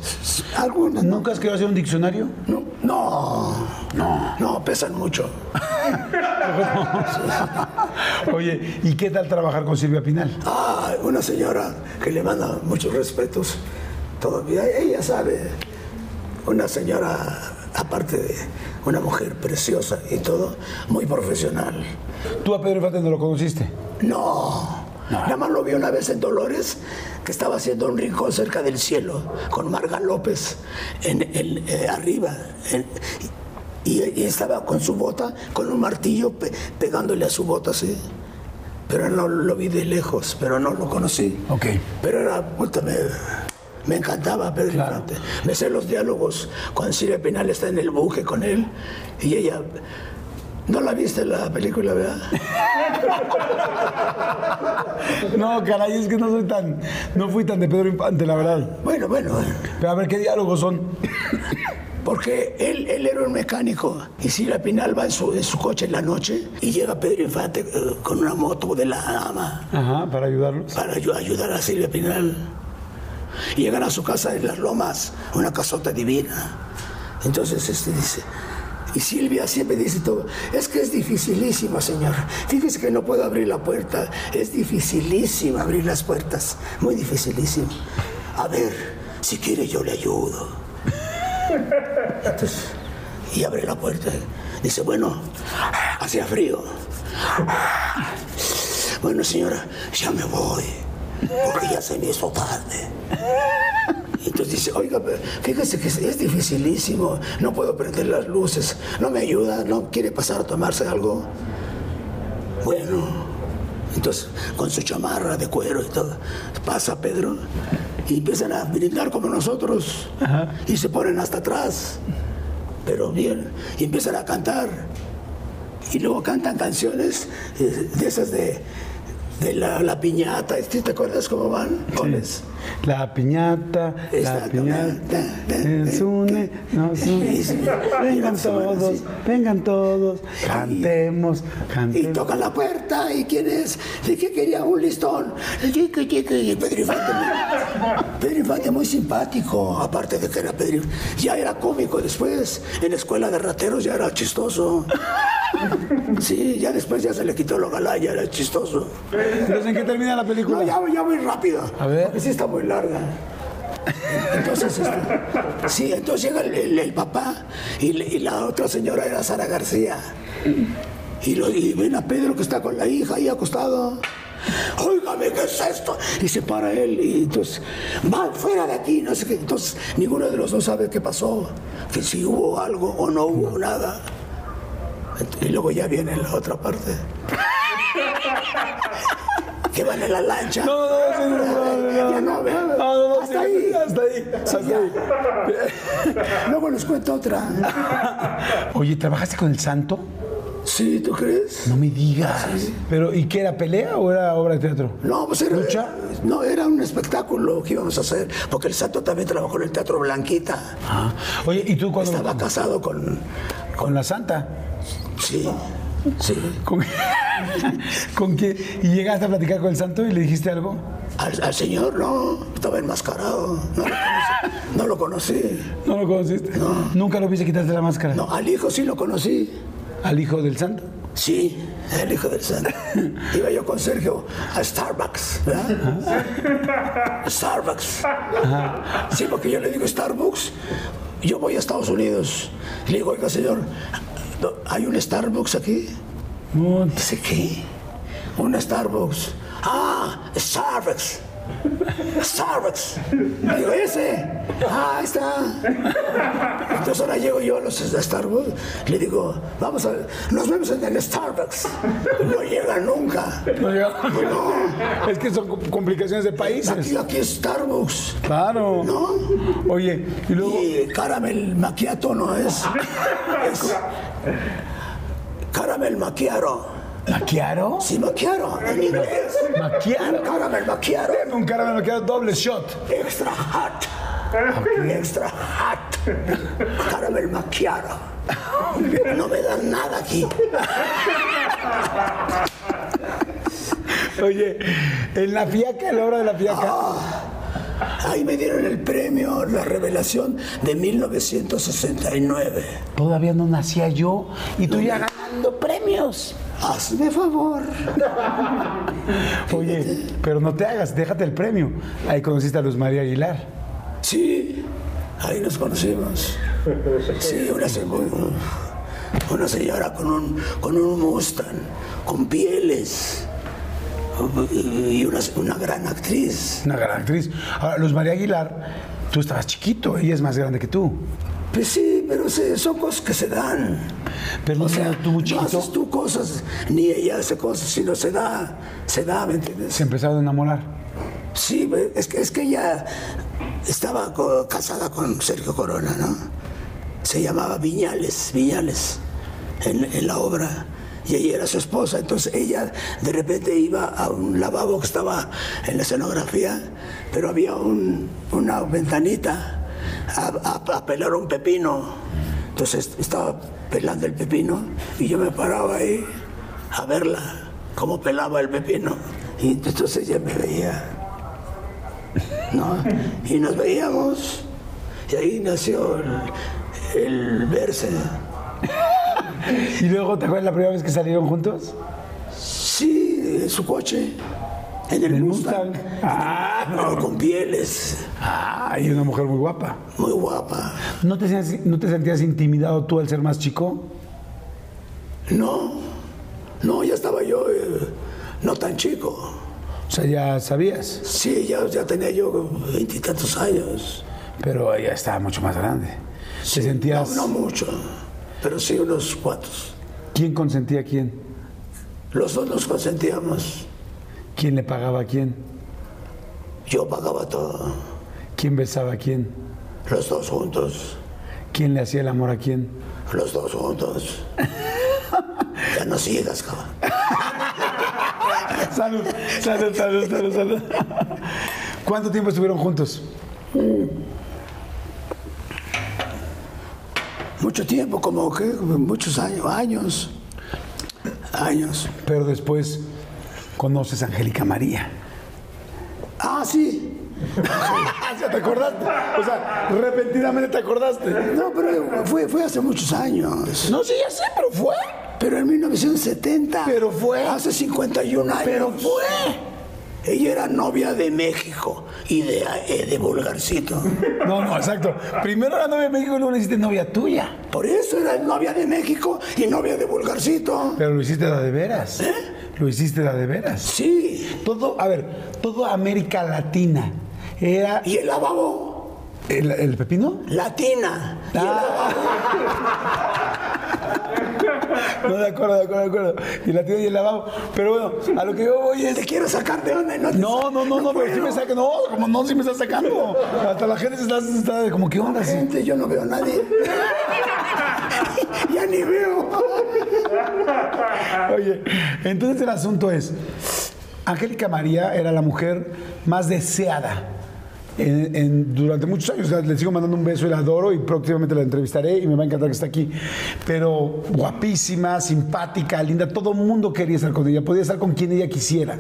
Speaker 2: Algunas. No,
Speaker 1: ¿Nunca has querido hacer un diccionario?
Speaker 2: no, no, no, pesan mucho.
Speaker 1: Oye, ¿y qué tal trabajar con Silvia Pinal?
Speaker 2: Ah, una señora que le manda muchos respetos todavía. Ella sabe, una señora, aparte de una mujer preciosa y todo, muy profesional.
Speaker 1: Tú a Pedro Infante no lo conociste.
Speaker 2: No, Nada más lo vi una vez en Dolores, que estaba haciendo un rincón cerca del cielo, con Marga López en, en- eh, arriba. en- y, y estaba con su bota, con un martillo pe- pegándole a su bota, sí. Pero no lo vi de lejos, pero no lo conocí.
Speaker 1: Ok.
Speaker 2: Pero era, puta, me, me encantaba Pedro
Speaker 1: Claro.
Speaker 2: Infante. Me sé los diálogos cuando Silvia Pinal está en el buque con él y ella. No la viste la película, ¿verdad?
Speaker 1: No, caray, es que no soy tan. No fui tan de Pedro Infante, la verdad.
Speaker 2: Bueno, bueno,
Speaker 1: Pero a ver qué diálogos son.
Speaker 2: porque él, él era un mecánico y Silvia Pinal va en su, en su coche en la noche y llega Pedro Infante eh, con una moto de la ama
Speaker 1: Ajá, para ayudarlos.
Speaker 2: para ayu- ayudar a Silvia Pinal. Y llegan a su casa en Las Lomas, una casota divina. Entonces este dice, y Silvia siempre dice todo, es que es dificilísimo, señor. Fíjese que no puedo abrir la puerta, es dificilísimo abrir las puertas, muy dificilísimo. A ver, si quiere yo le ayudo. Entonces, y abre la puerta. Dice, bueno, hacía frío. Bueno, señora, ya me voy, porque ya se me hizo tarde. Y Entonces dice, oiga, pero fíjese que es- es dificilísimo, no puedo prender las luces, no me ayuda, no quiere pasar a tomarse algo. Bueno, entonces con su chamarra de cuero y todo, pasa Pedro y empiezan a brindar como nosotros y se ponen hasta atrás, pero bien, y empiezan a cantar y luego cantan canciones eh, de esas de, de la, la piñata, ¿sí ¿te acuerdas cómo van? ¿Cuáles?
Speaker 1: La piñata, la piñata. Es une, nos une. Vengan todos, vengan todos. Cantemos,
Speaker 2: Y
Speaker 1: cantemos.
Speaker 2: tocan la puerta, ¿y quién es? ¿De qué quería un listón? Chiqui, chiqui, y Pedro Infante. muy- Pedro Infante muy simpático, aparte de que era Pedro Inf- Ya era cómico después, en la escuela de rateros ya era chistoso. Sí, ya después ya se le quitó lo galán, ya era chistoso.
Speaker 1: Entonces, ¿en qué termina la
Speaker 2: No,
Speaker 1: película?
Speaker 2: ya, ya voy rápido.
Speaker 1: A ver.
Speaker 2: Porque sí está muy larga. Entonces, este, sí, entonces llega el, el- el papá y, le- y la otra señora era Sara García. Y, lo, y ven a Pedro que está con la hija ahí acostado. Óigame, ¿qué es esto? Y se para él y entonces, va fuera de aquí, no sé qué. Entonces, ninguno de los dos sabe qué pasó, que si hubo algo o no hubo nada. Y luego ya viene la otra parte. que van en la lancha.
Speaker 1: No, no, sí, no, no, no,
Speaker 2: Ya no,
Speaker 1: no,
Speaker 2: vean.
Speaker 1: no, no,
Speaker 2: Hasta
Speaker 1: sí,
Speaker 2: ahí.
Speaker 1: hasta ahí, hasta ahí.
Speaker 2: Luego les cuento otra.
Speaker 1: Oye, ¿trabajaste con el santo?
Speaker 2: Sí, ¿tú crees?
Speaker 1: No me digas. Pero, ¿y qué era pelea o era obra de teatro?
Speaker 2: No, pues era,
Speaker 1: ¿Lucha?
Speaker 2: no, era un espectáculo que íbamos a hacer, porque el santo también trabajó en el Teatro Blanquita.
Speaker 1: Ah. Oye, ¿y tú cuando
Speaker 2: Estaba casado con...
Speaker 1: con la santa?
Speaker 2: Sí, sí.
Speaker 1: ¿Con, ¿Con qué? ¿Y llegaste a platicar con el santo y le dijiste algo?
Speaker 2: Al, al señor no, estaba enmascarado. No lo conocí.
Speaker 1: ¿No
Speaker 2: No lo conocí.
Speaker 1: lo conociste? ¿Nunca lo viste quitarte la máscara?
Speaker 2: No, al hijo sí lo conocí.
Speaker 1: ¿Al hijo del santo?
Speaker 2: Sí, el hijo del santo. Iba yo con Sergio a Starbucks, ¿verdad? Starbucks. Sí, porque yo le digo Starbucks, yo voy a Estados Unidos. Y le digo, oiga, señor, ¿no- ¿hay un Starbucks aquí?
Speaker 1: No.
Speaker 2: Dice, ¿qué? Un Starbucks. Ah, Starbucks. Starbucks. Le Digo, ese. Ah, ahí está. Entonces ahora llego yo a los Starbucks, le digo, vamos a, nos vemos en el Starbucks. No llega nunca.
Speaker 1: No llegó.
Speaker 2: No,
Speaker 1: Es que son complicaciones de países.
Speaker 2: aquí, aquí es Starbucks.
Speaker 1: Claro.
Speaker 2: No.
Speaker 1: Oye, y luego.
Speaker 2: Y caramel macchiato no es. es caramel macchiaro.
Speaker 1: ¿Maquiaro?
Speaker 2: Sí, macchiaro, en inglés.
Speaker 1: ¿Macchiato?
Speaker 2: Caramel macchiaro.
Speaker 1: Un cara me queda doble shot.
Speaker 2: Extra hot. Extra hot. Caramel macchiato. No me dan nada aquí.
Speaker 1: Oye, en la fiaca, en la obra de la
Speaker 2: Ah.
Speaker 1: fiaca.
Speaker 2: Ahí me dieron el premio La Revelación de 1969.
Speaker 1: Todavía no nacía yo y tú ya ganando premios.
Speaker 2: Hazme favor.
Speaker 1: Oye, pero no te hagas, déjate el premio. Ahí conociste a Luz María Aguilar.
Speaker 2: Sí, ahí nos conocimos. Sí, una, se- una señora con un, con un Mustang, con pieles, y una, una gran actriz.
Speaker 1: Una gran actriz. Ahora, Luz María Aguilar, tú estabas chiquito, ella es más grande que tú.
Speaker 2: Pues sí, pero se- son cosas que se dan.
Speaker 1: Pero no
Speaker 2: o
Speaker 1: te
Speaker 2: sea,
Speaker 1: da tu
Speaker 2: no
Speaker 1: chiquito.
Speaker 2: haces tú cosas, ni ella hace cosas, sino se da, se da, ¿me entiendes?
Speaker 1: Se empezaron a enamorar.
Speaker 2: Sí, es que, es que ella estaba co- casada con Sergio Corona, ¿no? Se llamaba Viñales, Viñales, en, en la obra. Y ella era su esposa, entonces ella de repente iba a un lavabo que estaba en la escenografía, pero había un- una ventanita a, a- a pelar un pepino. Entonces estaba pelando el pepino y yo me paraba ahí a verla, cómo pelaba el pepino. Y entonces ella me veía. ¿no? Y nos veíamos. Y ahí nació el, el verse.
Speaker 1: ¿Y luego te acuerdas la primera vez que salieron juntos?
Speaker 2: Sí, en su coche. En el Mustang.
Speaker 1: Ah,
Speaker 2: No, con pieles.
Speaker 1: ah, y una mujer muy guapa.
Speaker 2: Muy guapa.
Speaker 1: ¿No te, sentías, ¿No te sentías intimidado tú al ser más chico?
Speaker 2: No. No, ya estaba yo eh, no tan chico.
Speaker 1: O sea, ya sabías,
Speaker 2: Sí, ya, ya tenía yo veintitantos años.
Speaker 1: pero ella estaba mucho más grande. ¿Te sentías
Speaker 2: No, no mucho. Pero sí unos cuantos.
Speaker 1: quién consentía a quién?
Speaker 2: Los dos nos consentíamos.
Speaker 1: ¿Quién le pagaba a quién?
Speaker 2: Yo pagaba todo.
Speaker 1: ¿Quién besaba a quién?
Speaker 2: Los dos juntos.
Speaker 1: ¿Quién le hacía el amor a quién?
Speaker 2: Los dos juntos. Ya no sigas, cabrón.
Speaker 1: Salud, salud, salud, salud, salud. ¿Cuánto tiempo estuvieron juntos?
Speaker 2: Mucho tiempo, como que muchos años, años. Años.
Speaker 1: Pero después conoces a Angélica María.
Speaker 2: Ah, sí.
Speaker 1: ¿Ya te acordaste? O sea, repentinamente te acordaste.
Speaker 2: No, pero fue, fue hace muchos años.
Speaker 1: No, sí, ya sé, pero fue.
Speaker 2: Pero en 1970.
Speaker 1: Pero fue.
Speaker 2: Hace 51 años.
Speaker 1: Pero fue.
Speaker 2: Ella era novia de México y de, eh, de Vulgarcito.
Speaker 1: No, no, exacto. Primero era novia de México y luego le hiciste novia tuya.
Speaker 2: Por eso era novia de México y novia de Vulgarcito.
Speaker 1: Pero lo hiciste la de veras.
Speaker 2: ¿Eh?
Speaker 1: Lo hiciste la de veras.
Speaker 2: Sí.
Speaker 1: Todo, a ver, toda América Latina era.
Speaker 2: Y el lavabo.
Speaker 1: ¿El, el pepino?
Speaker 2: Latina. Y el
Speaker 1: Ah. No, de acuerdo, de acuerdo, de acuerdo. Y la tía y el lavabo. Pero bueno, a lo que yo voy es.
Speaker 2: Te quiero sacar de onda. y No, te
Speaker 1: No,
Speaker 2: sa-
Speaker 1: no, no, no, pero sí
Speaker 2: puedo.
Speaker 1: me saca. No, como no, sí me está sacando. Hasta la gente se está, se está como, ¿qué onda? Sí?
Speaker 2: Gente, yo no veo a nadie. ya ni veo.
Speaker 1: Oye, entonces el asunto es, Angélica María era la mujer más deseada en- en- durante muchos años. O sea, Le sigo mandando un beso y la adoro y próximamente la entrevistaré y me va a encantar que esté aquí. Pero guapísima, simpática, linda, todo el mundo quería estar con ella, podía estar con quien ella quisiera.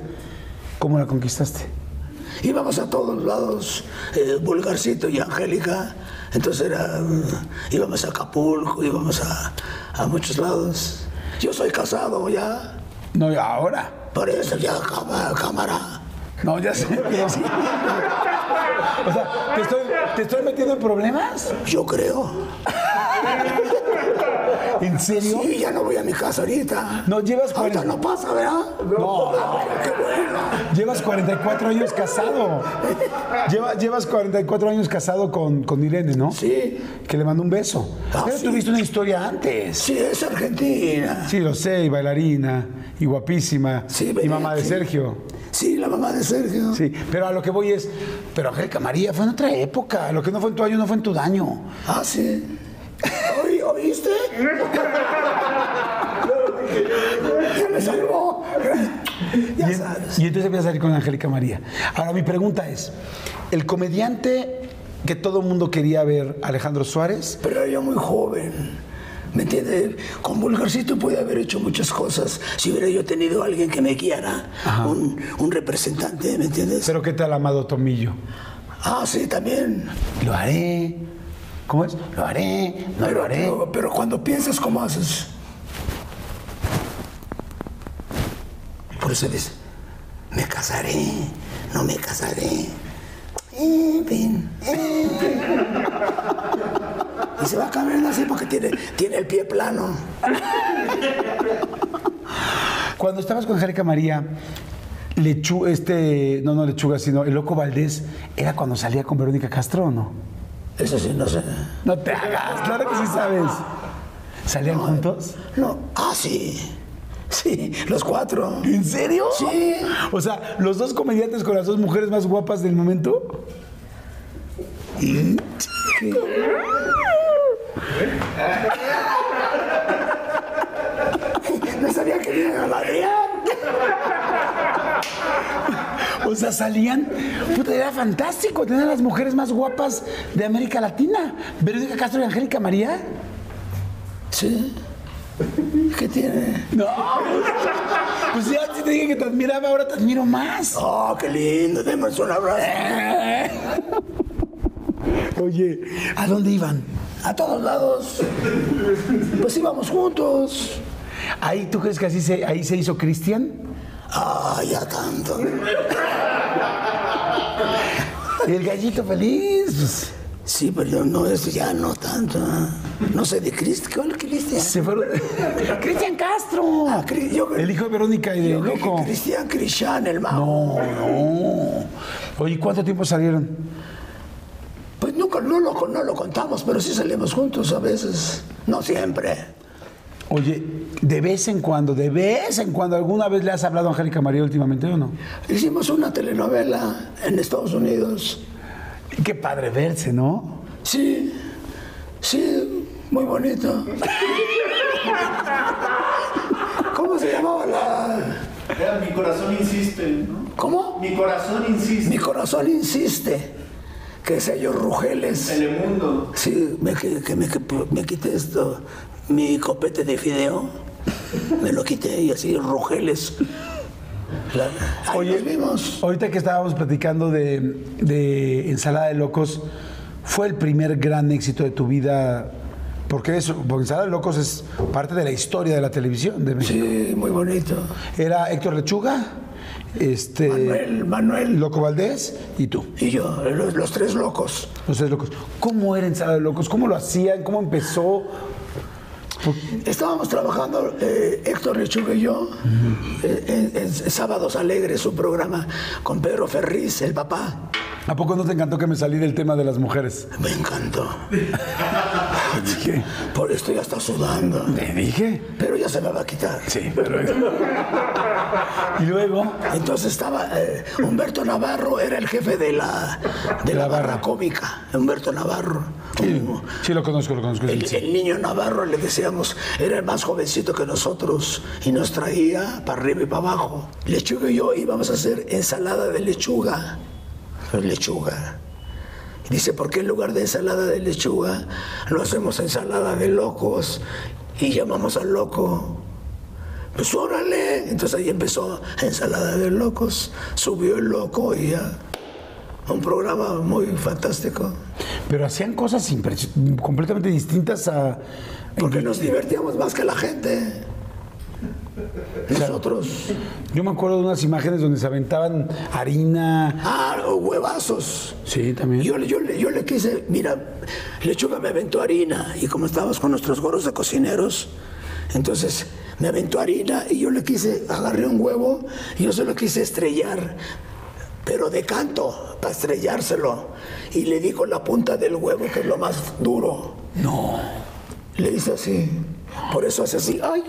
Speaker 1: ¿Cómo la conquistaste?
Speaker 2: Íbamos a todos lados, eh, Vulgarcito y Angélica. Entonces era, mm, íbamos a Acapulco, íbamos a, a muchos lados. Yo soy casado ya,
Speaker 1: No, y ahora.
Speaker 2: por eso ya cámara. cámara.
Speaker 1: No, ya sé. O sea, ¿te estoy, ¿te estoy metiendo en problemas?
Speaker 2: Yo creo.
Speaker 1: ¿En serio?
Speaker 2: Sí, ya no voy a mi casa ahorita.
Speaker 1: No, llevas
Speaker 2: Ahorita
Speaker 1: 40
Speaker 2: no pasa, ¿verdad? No. qué bueno.
Speaker 1: Llevas 44 años casado. Lleva- llevas 44 años casado con, con Irene, ¿no?
Speaker 2: Sí,
Speaker 1: Que le mandó un beso.
Speaker 2: Ah,
Speaker 1: Pero
Speaker 2: sí.
Speaker 1: tuviste una historia antes.
Speaker 2: sí, es Argentina.
Speaker 1: Sí, lo sé, y bailarina, y guapísima,
Speaker 2: Sí,
Speaker 1: y
Speaker 2: ¿verdad?
Speaker 1: mamá de
Speaker 2: Sí.
Speaker 1: Sergio.
Speaker 2: Sí, la mamá de Sergio.
Speaker 1: Sí, pero a lo que voy es, pero Angélica María fue en otra época. Lo que no fue en tu año no fue en tu daño.
Speaker 2: Ah, sí. ¿Oí- ¿Oíste? ya me salvó. Ya
Speaker 1: y, en-
Speaker 2: sabes.
Speaker 1: y entonces empieza a salir con Angélica María. Ahora, mi pregunta es, el comediante que todo el mundo quería ver, Alejandro Suárez,
Speaker 2: Pero era yo muy joven. ¿Me entiendes? Con Vulgarcito pude haber hecho muchas cosas. Si hubiera yo tenido a alguien que me guiara, un, un representante, ¿me entiendes?
Speaker 1: pero ¿qué tal Amado Tomillo?
Speaker 2: Ah, sí, también.
Speaker 1: Lo haré. ¿Cómo es? Lo haré, no lo
Speaker 2: Pero,
Speaker 1: haré.
Speaker 2: pero, pero cuando piensas, ¿cómo haces? Por eso dices, me casaré, no me casaré. Eh, En fin, en fin. Y se va caminando así porque tiene, tiene el pie plano.
Speaker 1: Cuando estabas con Angélica María, Lechu, este, no, no Lechuga, sino el Loco Valdés, era cuando salía con Verónica Castro, ¿o ¿no?
Speaker 2: Eso sí, no sé.
Speaker 1: No te hagas, claro que sí sabes. ¿Salían juntos?
Speaker 2: No. Ah, sí. Sí, los cuatro.
Speaker 1: ¿En serio?
Speaker 2: Sí.
Speaker 1: O sea, los dos comediantes con las dos mujeres más guapas del momento.
Speaker 2: No sabía que iban a ladrear.
Speaker 1: O sea, salían. Puta, era fantástico tener a las mujeres más guapas de América Latina. Verónica Castro y Angélica María.
Speaker 2: Sí. ¿Qué tiene?
Speaker 1: No. Pues ya sí te dije que te admiraba, ahora te admiro más.
Speaker 2: Oh, qué lindo. Demos un abrazo.
Speaker 1: Oye, ¿a dónde iban?
Speaker 2: A todos lados. Pues íbamos juntos.
Speaker 1: Ahí, ¿tú crees que así se, ahí se hizo Cristian?
Speaker 2: Ah, ya tanto.
Speaker 1: El gallito feliz.
Speaker 2: Sí, pero no es ya no tanto. ¿eh? No sé de Cristian. ¿Cuál Cristian?
Speaker 1: Se fueron. Cristian Castro.
Speaker 2: Ah, Cris- yo
Speaker 1: El hijo de Verónica y de
Speaker 2: yo creo que
Speaker 1: Loco.
Speaker 2: Cristian Cristian, el mago.
Speaker 1: No, no. Oye, ¿cuánto tiempo salieron?
Speaker 2: Pues nunca, no lo, con- no lo contamos, pero sí salimos juntos a veces. No siempre.
Speaker 1: Oye, de vez en cuando, de vez en cuando, ¿alguna vez le has hablado a Angélica María últimamente o no?
Speaker 2: Hicimos una telenovela en Estados Unidos.
Speaker 1: Qué padre verse, ¿no?
Speaker 2: Sí, sí, muy bonito. ¿Cómo se llamaba la...?
Speaker 3: Vea, mi corazón insiste, ¿no?
Speaker 2: ¿Cómo?
Speaker 3: Mi corazón
Speaker 2: Mi
Speaker 3: insiste.
Speaker 2: corazón insiste. Que sé yo, Rugeles.
Speaker 3: Telemundo.
Speaker 2: Sí, me, qui- que me, que me quité esto, mi copete de fideo, me lo quité y así rugeles. La- ahí
Speaker 1: Oye.
Speaker 2: nos vimos.
Speaker 1: Ahorita que estábamos platicando de, de Ensalada de Locos, ¿fue el primer gran éxito de tu vida? Porque, eso, porque Ensalada de Locos es parte de la historia de la televisión de México.
Speaker 2: Sí, muy bonito.
Speaker 1: Era Héctor Lechuga, este,
Speaker 2: Manuel, Manuel
Speaker 1: Loco Valdés y tú.
Speaker 2: y yo, los, los tres locos.
Speaker 1: Los tres locos. ¿Cómo era Ensalada de Locos? ¿Cómo lo hacían? ¿Cómo empezó?
Speaker 2: Estábamos trabajando, eh, Héctor Lechuga y yo, eh, en, en Sábados Alegres, un programa con Pedro Ferriz, el papá.
Speaker 1: ¿A poco no te encantó que me salí del tema de las mujeres?
Speaker 2: Me encantó.
Speaker 1: Dije.
Speaker 2: Por esto ya está sudando.
Speaker 1: ¿Te dije?
Speaker 2: Pero ya se me va a quitar.
Speaker 1: Sí, pero... y luego...
Speaker 2: Entonces estaba eh, Humberto Navarro, era el jefe de la, de la, barra. cómica. Humberto Navarro. Un-
Speaker 1: Sí, lo conozco, lo conozco.
Speaker 2: el, el niño Navarro le decíamos, era el más jovencito que nosotros y nos traía para arriba y para abajo. Lechuga y yo íbamos a hacer ensalada de lechuga. Lechuga. Y dice, ¿por qué en lugar de ensalada de lechuga no hacemos ensalada de locos y llamamos al loco? Pues órale. Entonces ahí empezó ensalada de locos. Subió el loco y ya. Un programa muy fantástico.
Speaker 1: Pero hacían cosas impresio- completamente distintas a...
Speaker 2: Porque nos divertíamos más que la gente. Nosotros.
Speaker 1: Yo me acuerdo de unas imágenes donde se aventaban harina.
Speaker 2: Ah, huevazos.
Speaker 1: Sí, también.
Speaker 2: Yo, le- yo, le- yo le quise, mira, Lechuga me aventó harina y como estábamos con nuestros gorros de cocineros, entonces me aventó harina y yo le quise, agarré un huevo y yo se lo quise estrellar, pero de canto, para estrellárselo. Y le di con la punta del huevo, que es lo más duro.
Speaker 1: No.
Speaker 2: Le hice así. Por eso hace así. ¡Ay!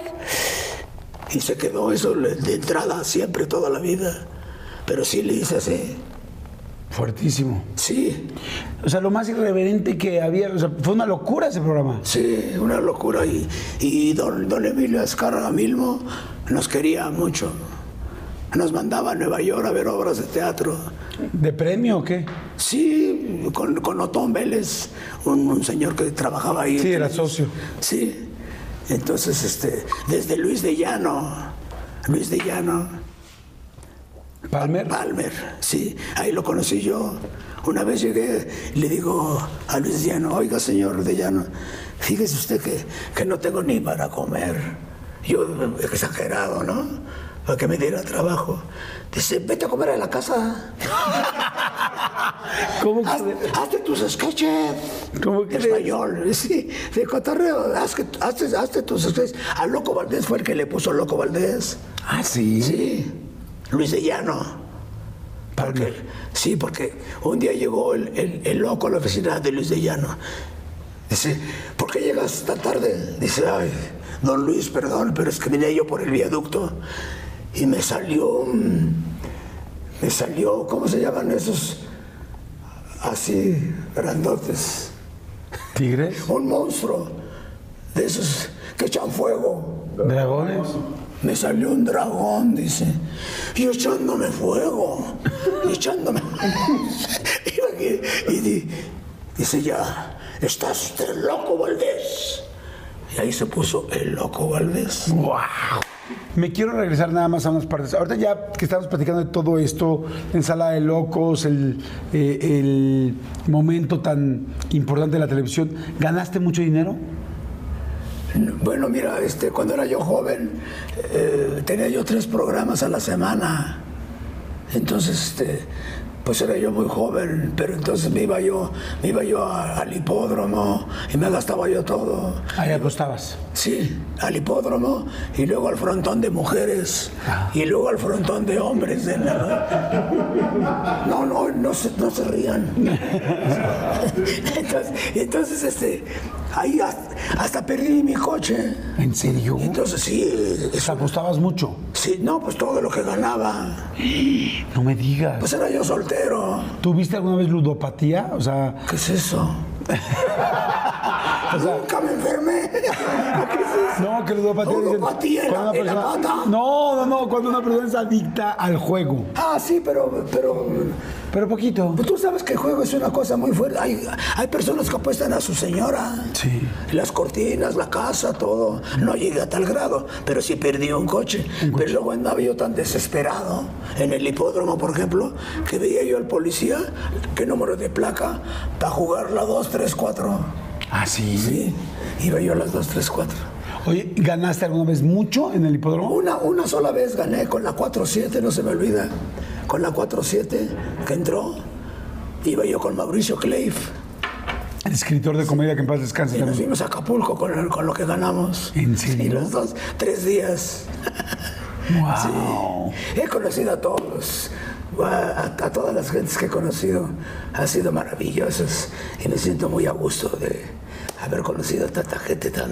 Speaker 2: Y se quedó eso le- de entrada siempre, toda la vida. Pero sí le hice así.
Speaker 1: Fuertísimo.
Speaker 2: Sí,
Speaker 1: O sea, lo más irreverente que había... O sea, fue una locura ese programa.
Speaker 2: sí, una locura. Y, y don, don Emilio Azcárraga mismo nos quería mucho. Nos mandaba a Nueva York a ver obras de teatro.
Speaker 1: ¿De premio o qué?
Speaker 2: Sí, con, con Otón Vélez, un, un señor que trabajaba ahí.
Speaker 1: Sí, era socio.
Speaker 2: Sí. Entonces, este, desde Luis de Llano, Luis de Llano,
Speaker 1: Palmer.
Speaker 2: Palmer, sí, ahí lo conocí yo. Una vez llegué, le digo a Luis Llano, oiga señor de Llano, fíjese usted que, que no tengo ni para comer. Yo, exagerado, ¿no? Para que me diera trabajo. Dice, vete a comer a la casa,
Speaker 1: ¿Cómo
Speaker 2: haz-
Speaker 1: que...
Speaker 2: hazte tus sketches.
Speaker 1: ¿Cómo que-
Speaker 2: Español, sí, de cotorreo, haz que- hazte, hazte tus sketches. A Loco Valdés fue el que le puso Loco Valdés.
Speaker 1: Ah, sí.
Speaker 2: Sí, Luis de Llano. Porque, sí, porque un día llegó el, el- el loco a la oficina de Luis de Llano. Dice, ¿por qué llegas tan tarde? Dice, ay, don Luis, perdón, pero es que vine yo por el viaducto y me salió, mm, me salió, ¿cómo se llaman esos? Así, grandotes.
Speaker 4: ¿Tigres?
Speaker 2: Un monstruo de esos que echan fuego.
Speaker 4: ¿Dragones?
Speaker 2: Me salió un dragón, dice. Y yo echándome fuego. Y echándome. y, aquí, y di- dice ya, estás usted loco, Valdés. Y ahí se puso el loco Valdés.
Speaker 1: ¡Wow! Me quiero regresar nada más a unas partes. Ahorita ya que estamos platicando de todo esto, ensalada de locos, el, eh, el momento tan importante de la televisión, ¿ganaste mucho dinero?
Speaker 2: Bueno, mira, este, cuando era yo joven, eh, tenía yo tres programas a la semana. Entonces, este, pues era yo muy joven, pero entonces me iba yo, me iba yo a- al hipódromo y me gastaba yo todo.
Speaker 1: Ahí acostabas.
Speaker 2: Sí, al hipódromo y luego al frontón de mujeres
Speaker 1: Ah.
Speaker 2: y luego al frontón de hombres. de la- No, no, no se, no se rían. Entonces, entonces, este, ahí hasta, hasta perdí mi coche.
Speaker 1: ¿En serio?
Speaker 2: Entonces sí,
Speaker 1: O sea, apostabas mucho.
Speaker 2: sí, no, pues todo lo que ganaba.
Speaker 1: No me digas.
Speaker 2: Pues era yo soltero.
Speaker 1: ¿Tuviste alguna vez ludopatía? O sea,
Speaker 2: ¿Qué es eso?
Speaker 1: o sea,
Speaker 2: Nunca me enfermé. ¿Qué es eso?
Speaker 1: no, que ludopatía. dicen,
Speaker 2: Ludopatía en la- en la pata.
Speaker 1: No, no, no, cuando una persona es adicta al juego.
Speaker 2: Ah, sí, pero, pero
Speaker 1: Pero poquito.
Speaker 2: Pues tú sabes que el juego es una cosa muy fuerte. Hay, hay personas que apuestan a su señora.
Speaker 1: Sí.
Speaker 2: Las cortinas, la casa, todo. No llega a tal grado, pero sí perdí un coche. Pero luego andaba yo tan desesperado en el hipódromo, por ejemplo, que veía yo al policía, qué número de placa, para jugar la 2, 3, 4.
Speaker 1: Ah,
Speaker 2: Sí, iba yo a las 2, 3, 4.
Speaker 1: Oye, ¿ganaste alguna vez mucho en el hipódromo?
Speaker 2: Una, una sola vez gané con la 4-7, no se me olvida. Con la 4-7 que entró, iba yo con Mauricio Cleif.
Speaker 1: El escritor de comedia que en paz descanse
Speaker 2: Y nos
Speaker 1: también.
Speaker 2: fuimos a Acapulco con, el- con lo que ganamos.
Speaker 1: ¿En serio?
Speaker 2: Sí, los dos, tres días.
Speaker 1: Wow.
Speaker 2: He conocido a todos, a, a todas las gentes que he conocido. Han sido maravillosos y me siento muy a gusto de haber conocido a tanta gente tan,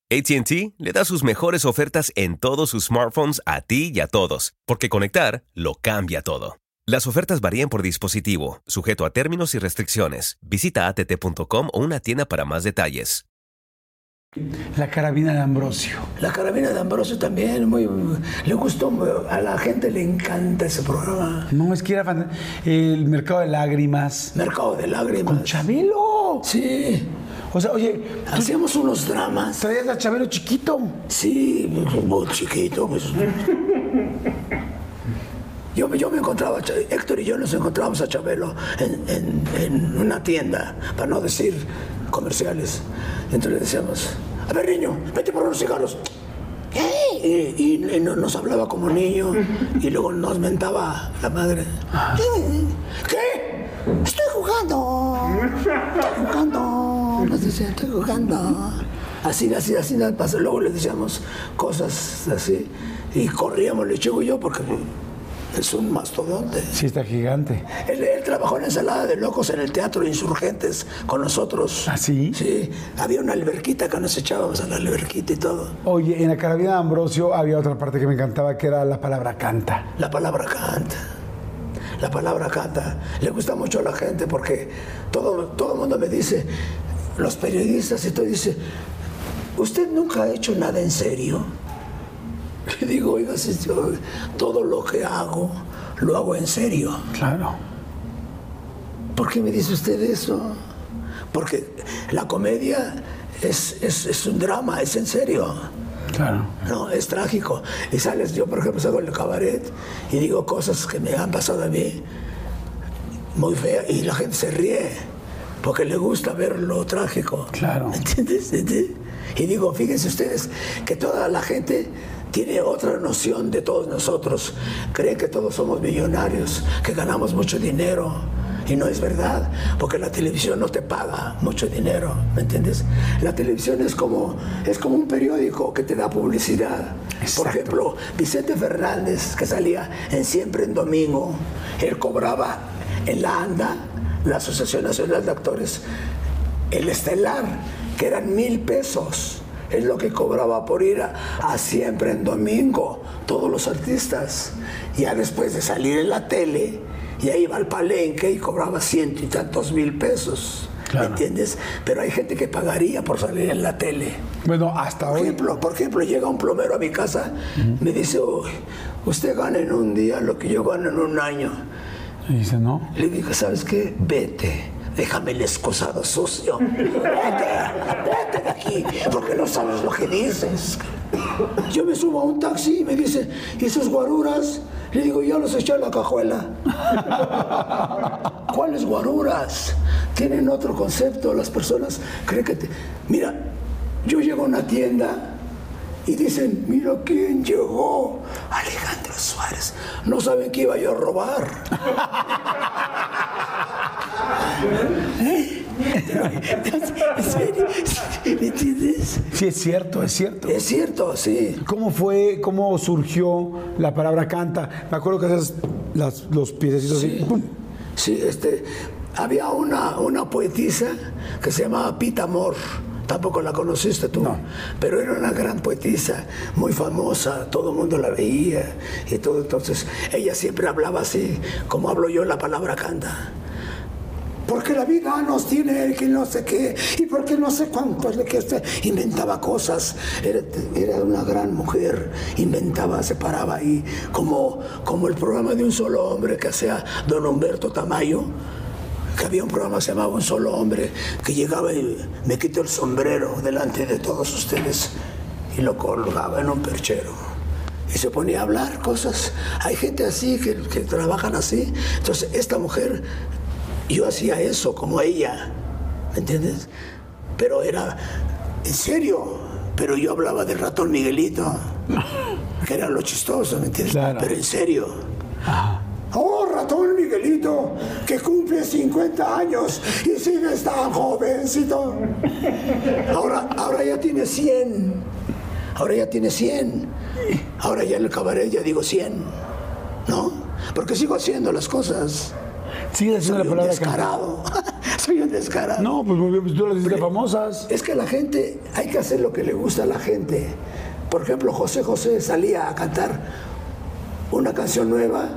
Speaker 5: ATT le da sus mejores ofertas en todos sus smartphones a ti y a todos, porque conectar lo cambia todo. Las ofertas varían por dispositivo, sujeto a términos y restricciones. Visita att.com o una tienda para más detalles.
Speaker 1: la carabina de Ambrosio.
Speaker 2: La carabina de Ambrosio también, muy, le gustó, a la gente le encanta ese programa.
Speaker 1: No, es que era fan- el mercado de lágrimas.
Speaker 2: Mercado de lágrimas.
Speaker 1: ¡Chabelo!
Speaker 2: Sí,
Speaker 1: O sea, oye,
Speaker 2: hacíamos unos dramas.
Speaker 1: traías a Chabelo chiquito.
Speaker 2: Sí, muy chiquito, pues. Yo, yo me encontraba, a Cha- Héctor y yo nos encontramos a Chabelo en, en- en una tienda, para no decir comerciales. Entonces le decíamos, a ver niño, vete por unos cigarros. ¿Qué? Y, y- y no- nos hablaba como niño y luego nos mentaba la madre. ¿Qué? Estoy jugando. Estoy jugando. Nos decía, estoy jugando. Así, así, así nada pasa. Luego le decíamos cosas así y corríamos, le y yo, porque es un mastodonte.
Speaker 1: Sí, está gigante.
Speaker 2: Él, él trabajó en la ensalada de locos en el Teatro Insurgentes con nosotros.
Speaker 1: ¿Ah, sí?
Speaker 2: Sí. Había una alberquita que nos echábamos a la alberquita y todo.
Speaker 1: Oye, en la carabina de Ambrosio había otra parte que me encantaba que era la palabra canta.
Speaker 2: La palabra canta. La palabra canta. Le gusta mucho a la gente porque todo, todo el mundo me dice, los periodistas y todo dice, ¿usted nunca ha hecho nada en serio? Y digo, oiga, si yo- todo lo que hago, lo hago en serio.
Speaker 1: Claro.
Speaker 2: ¿Por qué me dice usted eso? Porque la comedia es, es- es un drama, es en serio.
Speaker 4: Claro.
Speaker 2: No, es trágico. Y sales, yo por ejemplo salgo en el cabaret y digo cosas que me han pasado a mí muy feas y la gente se ríe porque le gusta ver lo trágico.
Speaker 4: Claro.
Speaker 2: ¿Me ¿Entiendes? ¿Entiendes? Y digo, fíjense ustedes que toda la gente tiene otra noción de todos nosotros. Creen que todos somos millonarios, que ganamos mucho dinero. Y no es verdad, porque la televisión no te paga mucho dinero, ¿me entiendes? La televisión es como, es como un periódico que te da publicidad. Por ejemplo, Vicente Fernández, que salía en Siempre en Domingo, él cobraba en la ANDA, la Asociación Nacional de Actores, el estelar, que eran mil pesos. Es lo que cobraba por ir a, a siempre en domingo, todos los artistas. Ya después de salir en la tele, ya iba al palenque y cobraba ciento y tantos mil pesos.
Speaker 4: Claro.
Speaker 2: ¿Entiendes? Pero hay gente que pagaría por salir en la tele.
Speaker 1: Bueno, hasta
Speaker 2: Por
Speaker 1: hoy.
Speaker 2: ejemplo, por ejemplo, llega un plomero a mi casa, me dice, "Uy, usted gana en un día lo que yo gano en un año.
Speaker 4: Y dice, no.
Speaker 2: Le dije, ¿sabes qué? Vete. Déjame el excusado sucio. Vete, vete de aquí, porque no sabes lo que dices. Yo me subo a un taxi y me dice, ¿y sus guaruras? Le digo, yo los eché a la cajuela. ¿Cuáles guaruras? Tienen otro concepto. Las personas creen que te... Mira, yo llego a una tienda y dicen, mira quién llegó. Alejandro Suárez. No saben que iba yo a robar. ¿En serio? ¿Me entiendes?
Speaker 1: Sí, es cierto, es cierto.
Speaker 2: Es cierto, sí.
Speaker 1: ¿Cómo fue, cómo surgió la palabra canta? Me acuerdo que haces las- los piecitos así. ¡pum!
Speaker 2: Sí, este, había una, una poetisa que se llamaba Pita Amor. Tampoco la conociste tú, pero era una gran poetisa, muy famosa, todo el mundo la veía y todo. Entonces, ella siempre hablaba así, como hablo yo la palabra canta. Porque la vida nos tiene que no sé qué, y porque no sé cuánto es lo que usted inventaba cosas. Era, era una gran mujer, inventaba, se paraba ahí, como, como el programa de un solo hombre que hacía don Humberto Tamayo, que había un programa que se llamaba Un solo hombre, que llegaba y me quito el sombrero delante de todos ustedes y lo colgaba en un perchero y se ponía a hablar cosas. Hay gente así que, que trabajan así. Entonces, esta mujer, yo hacía eso como ella, ¿me entiendes? Pero era en serio, pero yo hablaba del ratón Miguelito, que era lo chistoso, ¿me entiendes?
Speaker 4: Claro.
Speaker 2: Pero en serio. Oh, ratón Miguelito, que cumple 50 años y sigues tan jovencito. Ahora, ahora ya tiene 100. Ahora ya tiene 100. Ahora ya en el cabaret ya digo 100. ¿No? Porque sigo haciendo las cosas.
Speaker 4: Sigue
Speaker 2: Soy
Speaker 4: haciendo la
Speaker 2: un
Speaker 4: palabra canta.
Speaker 2: descarado. Soy un descarado.
Speaker 1: No, pues muy bien, pues tú las hiciste famosas.
Speaker 2: Es que la gente, hay que hacer lo que le gusta a la gente. Por ejemplo, José José salía a cantar una canción nueva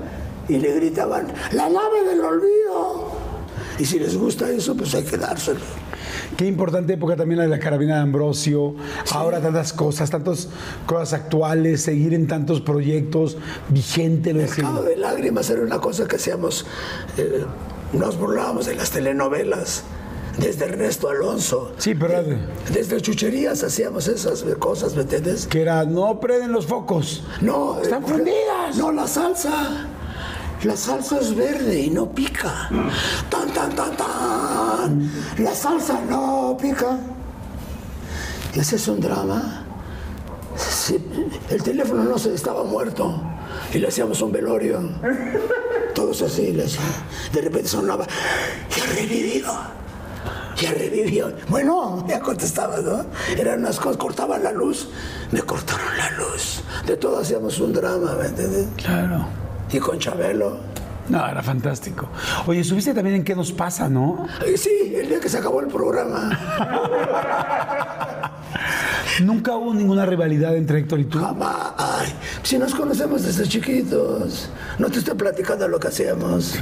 Speaker 2: y le gritaban, la nave del olvido. Y si les gusta eso, pues hay que dárselo.
Speaker 1: Qué importante época también la de la carabina de Ambrosio. Ahora tantas cosas, tantas cosas actuales, seguir en tantos proyectos, vigente lo
Speaker 2: Mercado
Speaker 1: decimos.
Speaker 2: de lágrimas era una cosa que hacíamos, eh, nos burlábamos de las telenovelas, desde Ernesto Alonso. Eh,
Speaker 1: Sí, pero era de-
Speaker 2: Desde chucherías hacíamos esas cosas, ¿me entiendes?
Speaker 1: que era no prenden los focos.
Speaker 2: No,
Speaker 1: Están
Speaker 2: eh, porque-
Speaker 1: fundidas.
Speaker 2: No, la salsa. La salsa es verde y no pica. Tan, tan, tan, tan. La salsa no pica. Y ese es un drama. Sí, el teléfono no se estaba muerto y le hacíamos un velorio. Todos así, le hacían. de repente sonaba, ya revivido, ya revivió. Bueno, ya contestaba, ¿no? Eran unas cosas, cortaban la luz, me cortaron la luz. De todo hacíamos un drama, ¿me entiendes?
Speaker 4: Claro.
Speaker 2: Y con Chabelo.
Speaker 4: No, era fantástico. Oye, subiste también en qué nos pasa, ¿no?
Speaker 2: Y sí, el día que se acabó el programa,
Speaker 4: Nunca hubo ninguna rivalidad entre Héctor y tú.
Speaker 2: jamás, ay, si nos conocemos desde chiquitos, no te estoy platicando lo que hacíamos.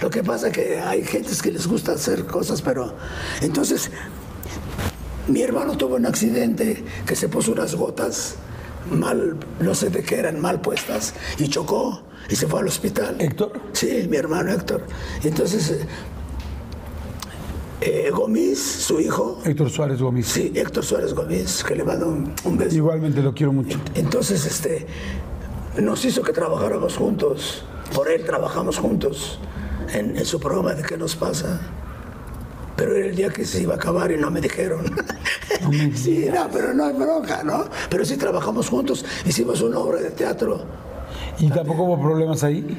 Speaker 2: Lo que pasa es que hay gentes que les gusta hacer cosas, pero entonces Mi hermano tuvo un accidente que se puso unas gotas mal, no sé de qué eran, mal puestas, y chocó y se fue al hospital.
Speaker 4: ¿Héctor?
Speaker 2: Sí, mi hermano Héctor. Entonces, eh, eh, Gomis, su hijo.
Speaker 1: Héctor Suárez Gómez.
Speaker 2: Sí, Héctor Suárez Gomis, que le mando un, un beso.
Speaker 1: Igualmente lo quiero mucho.
Speaker 2: Entonces, este, nos hizo que trabajáramos juntos. Por él trabajamos juntos en, en su programa de ¿Qué nos pasa? Pero era el día que se iba a acabar y no me dijeron. sí, no, pero no es bronca, ¿no? Pero sí trabajamos juntos, hicimos una obra de teatro.
Speaker 1: ¿Y tampoco hubo problemas ahí?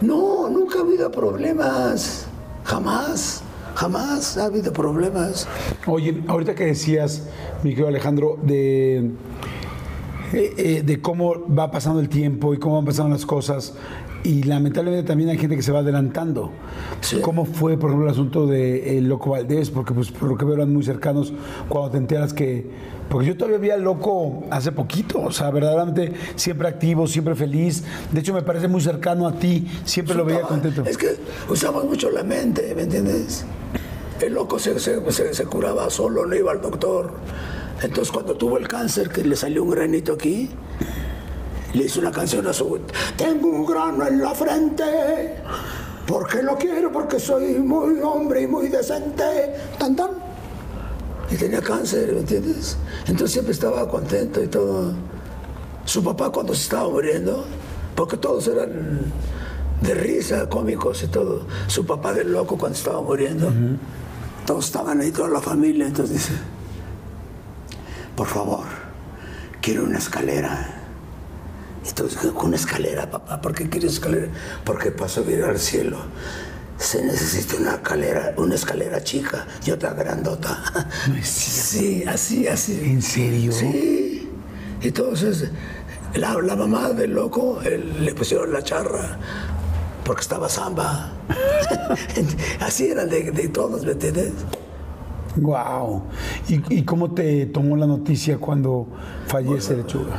Speaker 2: No, nunca ha habido problemas. Jamás, jamás ha habido problemas.
Speaker 1: Oye, ahorita que decías, mi querido Alejandro, de, eh, eh, de cómo va pasando el tiempo y cómo van pasando las cosas, y lamentablemente también hay gente que se va adelantando.
Speaker 2: Sí.
Speaker 1: ¿Cómo fue, por ejemplo, el asunto de eh, Loco Valdés? Porque, pues, por lo que veo, eran muy cercanos cuando te enteras que. Porque yo todavía vi al Loco hace poquito, o sea, verdaderamente siempre activo, siempre feliz. De hecho, me parece muy cercano a ti, siempre lo veía
Speaker 2: No,
Speaker 1: contento.
Speaker 2: Es que usamos mucho la mente, ¿me entiendes? El loco se, se- se- se curaba solo, no iba al doctor. Entonces cuando tuvo el cáncer, que le salió un granito aquí, le hizo una canción a su... Tengo un grano en la frente, porque lo quiero, porque soy muy hombre y muy decente. Tan, tan. Y tenía cáncer, ¿me entiendes? Entonces siempre estaba contento y todo. Su papá cuando se estaba muriendo, porque todos eran de risa, cómicos y todo. Su papá del loco cuando estaba muriendo, todos estaban ahí, toda la familia. Entonces dice, por favor, quiero una escalera. Entonces, ¿qué- una escalera, papá, ¿por qué quieres escalera? Porque para subir al cielo se necesita una escalera, una escalera chica y otra grandota. sí, así, así.
Speaker 1: ¿En serio?
Speaker 2: Sí. Entonces, la, la mamá del loco él- le pusieron la charra porque estaba samba. Así eran de, de todos, ¿me entiendes?
Speaker 1: Wow. ¿Y, y cómo te tomó la noticia cuando fallece Lechuga?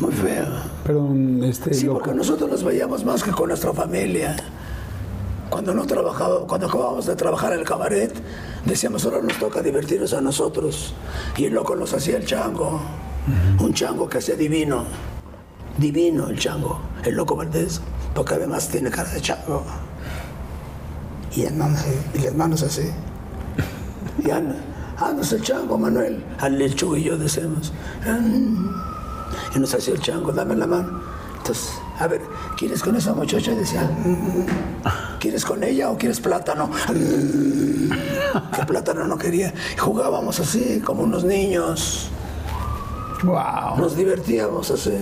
Speaker 2: Muy feo.
Speaker 1: Perdón, este
Speaker 2: Sí,
Speaker 1: loco.
Speaker 2: porque nosotros nos veíamos más que con nuestra familia. Cuando no trabajaba, cuando acabábamos de trabajar en el cabaret, decíamos, ahora nos toca divertirnos a nosotros. Y el loco nos hacía el chango. Un chango que hacía divino. Divino el chango. El loco Valdés. Porque además tiene cara de chango. Y las manos, y las manos así. Y Ana, andas el chango, Manuel. Al lechu y yo decimos. "Mm". Y nos hacía el chango, dame la mano. Entonces, a ver, ¿quieres con esa muchacha? Y decía, "Mm". ¿quieres con ella o quieres plátano? "Mm". que plátano no quería. Y jugábamos así, como unos niños.
Speaker 1: Wow.
Speaker 2: Nos divertíamos así.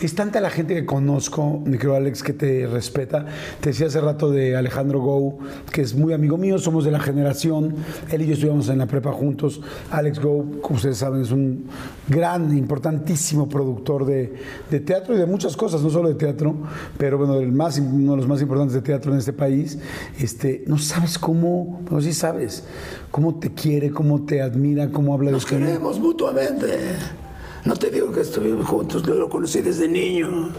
Speaker 1: Es tanta la gente que conozco, mi querido Alex, que te respeta. Te decía hace rato de Alejandro Gou, que es muy amigo mío, somos de la generación. Él y yo estuvimos en la prepa juntos. Alex Gou, como ustedes saben, es un gran, importantísimo productor de, de teatro y de muchas cosas, no solo de teatro, pero bueno, el más, uno de los más importantes de teatro en este país. Este, no sabes cómo, no sí sabes, cómo te quiere, cómo te admira, cómo habla de
Speaker 2: Nos queremos mutuamente. No te digo que estuvimos juntos, yo lo conocí desde niño.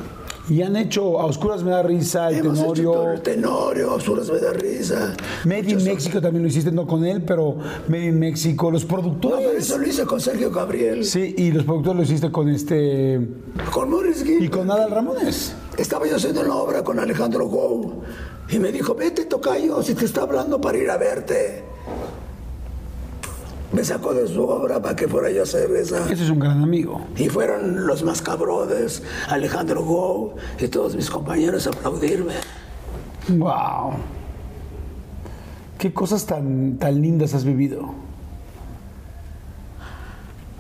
Speaker 1: Y han hecho, a oscuras me da risa, el
Speaker 2: Hemos hecho
Speaker 1: tenorio.
Speaker 2: todo el tenorio, absurdas me da risa.
Speaker 1: Made in México también lo hiciste, no con él, pero Made in México, los
Speaker 2: No, pero
Speaker 1: productores.
Speaker 2: eso lo hice con Sergio Gabriel,
Speaker 1: Sí, y los productores lo hiciste con este.
Speaker 2: con Maurice Gibb.
Speaker 1: Y con Nadal Ramones.
Speaker 2: Estaba yo haciendo una obra con Alejandro Gou y me dijo, vete tocayo, si te está hablando para ir a verte. Me sacó de su obra para que fuera yo a hacer esa.
Speaker 1: Ese es un gran amigo.
Speaker 2: Y fueron los más cabrones, Alejandro Gou y todos mis compañeros a aplaudirme.
Speaker 1: ¡Wow! ¿Qué cosas tan, tan lindas has vivido?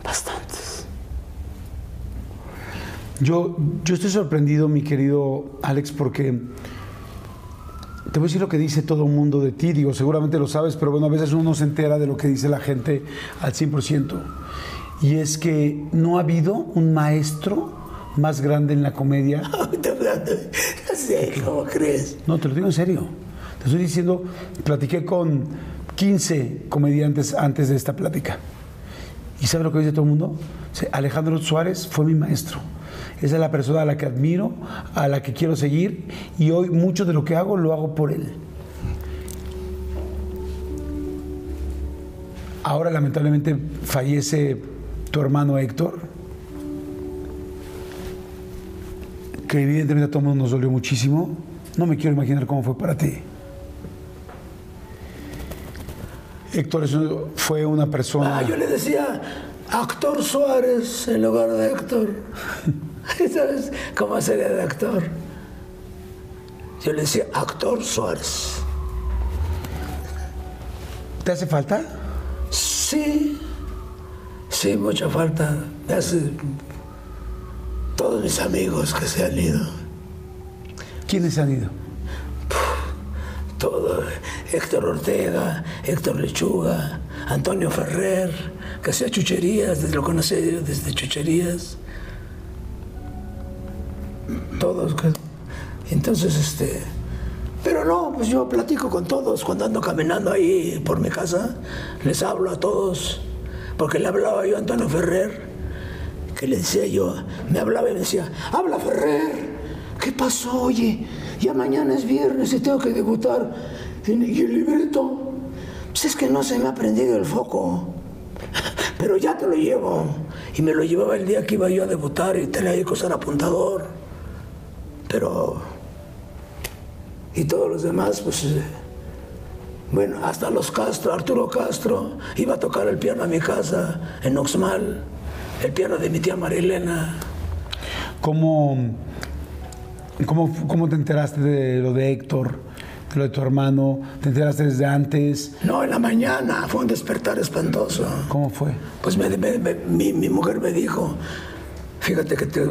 Speaker 2: Bastantes.
Speaker 1: Yo, yo estoy sorprendido, mi querido Alex, porque te voy a decir lo que dice todo el mundo de ti. Digo, seguramente lo sabes, pero bueno, a veces uno no se entera de lo que dice la gente al 100%. Y es que no ha habido un maestro más grande en la comedia.
Speaker 2: Ahorita hablando, no sé, ¿cómo crees?
Speaker 1: No, te lo digo en serio. Te estoy diciendo, platiqué con 15 comediantes antes de esta plática. ¿Y sabe lo que dice todo el mundo? Dice, Alejandro Suárez fue mi maestro. Esa es la persona a la que admiro, a la que quiero seguir y hoy mucho de lo que hago lo hago por él. Ahora lamentablemente fallece tu hermano Héctor, que evidentemente a todo el mundo nos dolió muchísimo. No me quiero imaginar cómo fue para ti. Héctor es un- fue una persona.
Speaker 2: Ah, yo le decía actor Suárez en lugar de Héctor. ¿Sabes cómo sería de actor? Yo le decía actor Suárez.
Speaker 1: ¿Te hace falta?
Speaker 2: Sí, sí, mucha falta. Me hace todos mis amigos que se han ido.
Speaker 1: ¿Quiénes han ido?
Speaker 2: Todo. Héctor Ortega, Héctor Lechuga, Antonio Ferrer, que hacía chucherías, desde lo conocí yo desde chucherías. Todos. que- Entonces, este. Pero no, pues yo platico con todos. Cuando ando caminando ahí por mi casa, les hablo a todos. Porque le hablaba yo a Antonio Ferrer, que le decía yo, me hablaba y me decía, habla Ferrer, ¿qué pasó? Oye, ya mañana es viernes y tengo que debutar en y el libreto. Pues es que no se me ha prendido el foco. Pero ya te lo llevo. Y me lo llevaba el día que iba yo a debutar y tenía yo que usar apuntador. Pero y todos los demás, pues, eh, bueno, hasta los Castro, Arturo Castro, iba a tocar el piano a mi casa, en Oxmal, el piano de mi tía Marilena.
Speaker 1: ¿Cómo, cómo, cómo te enteraste de lo de Héctor, de lo de tu hermano? ¿Te enteraste desde antes?
Speaker 2: No, en la mañana, fue un despertar espantoso.
Speaker 1: ¿Cómo fue?
Speaker 2: Pues me- me- me- mi, mi mujer me dijo, fíjate que te- eh,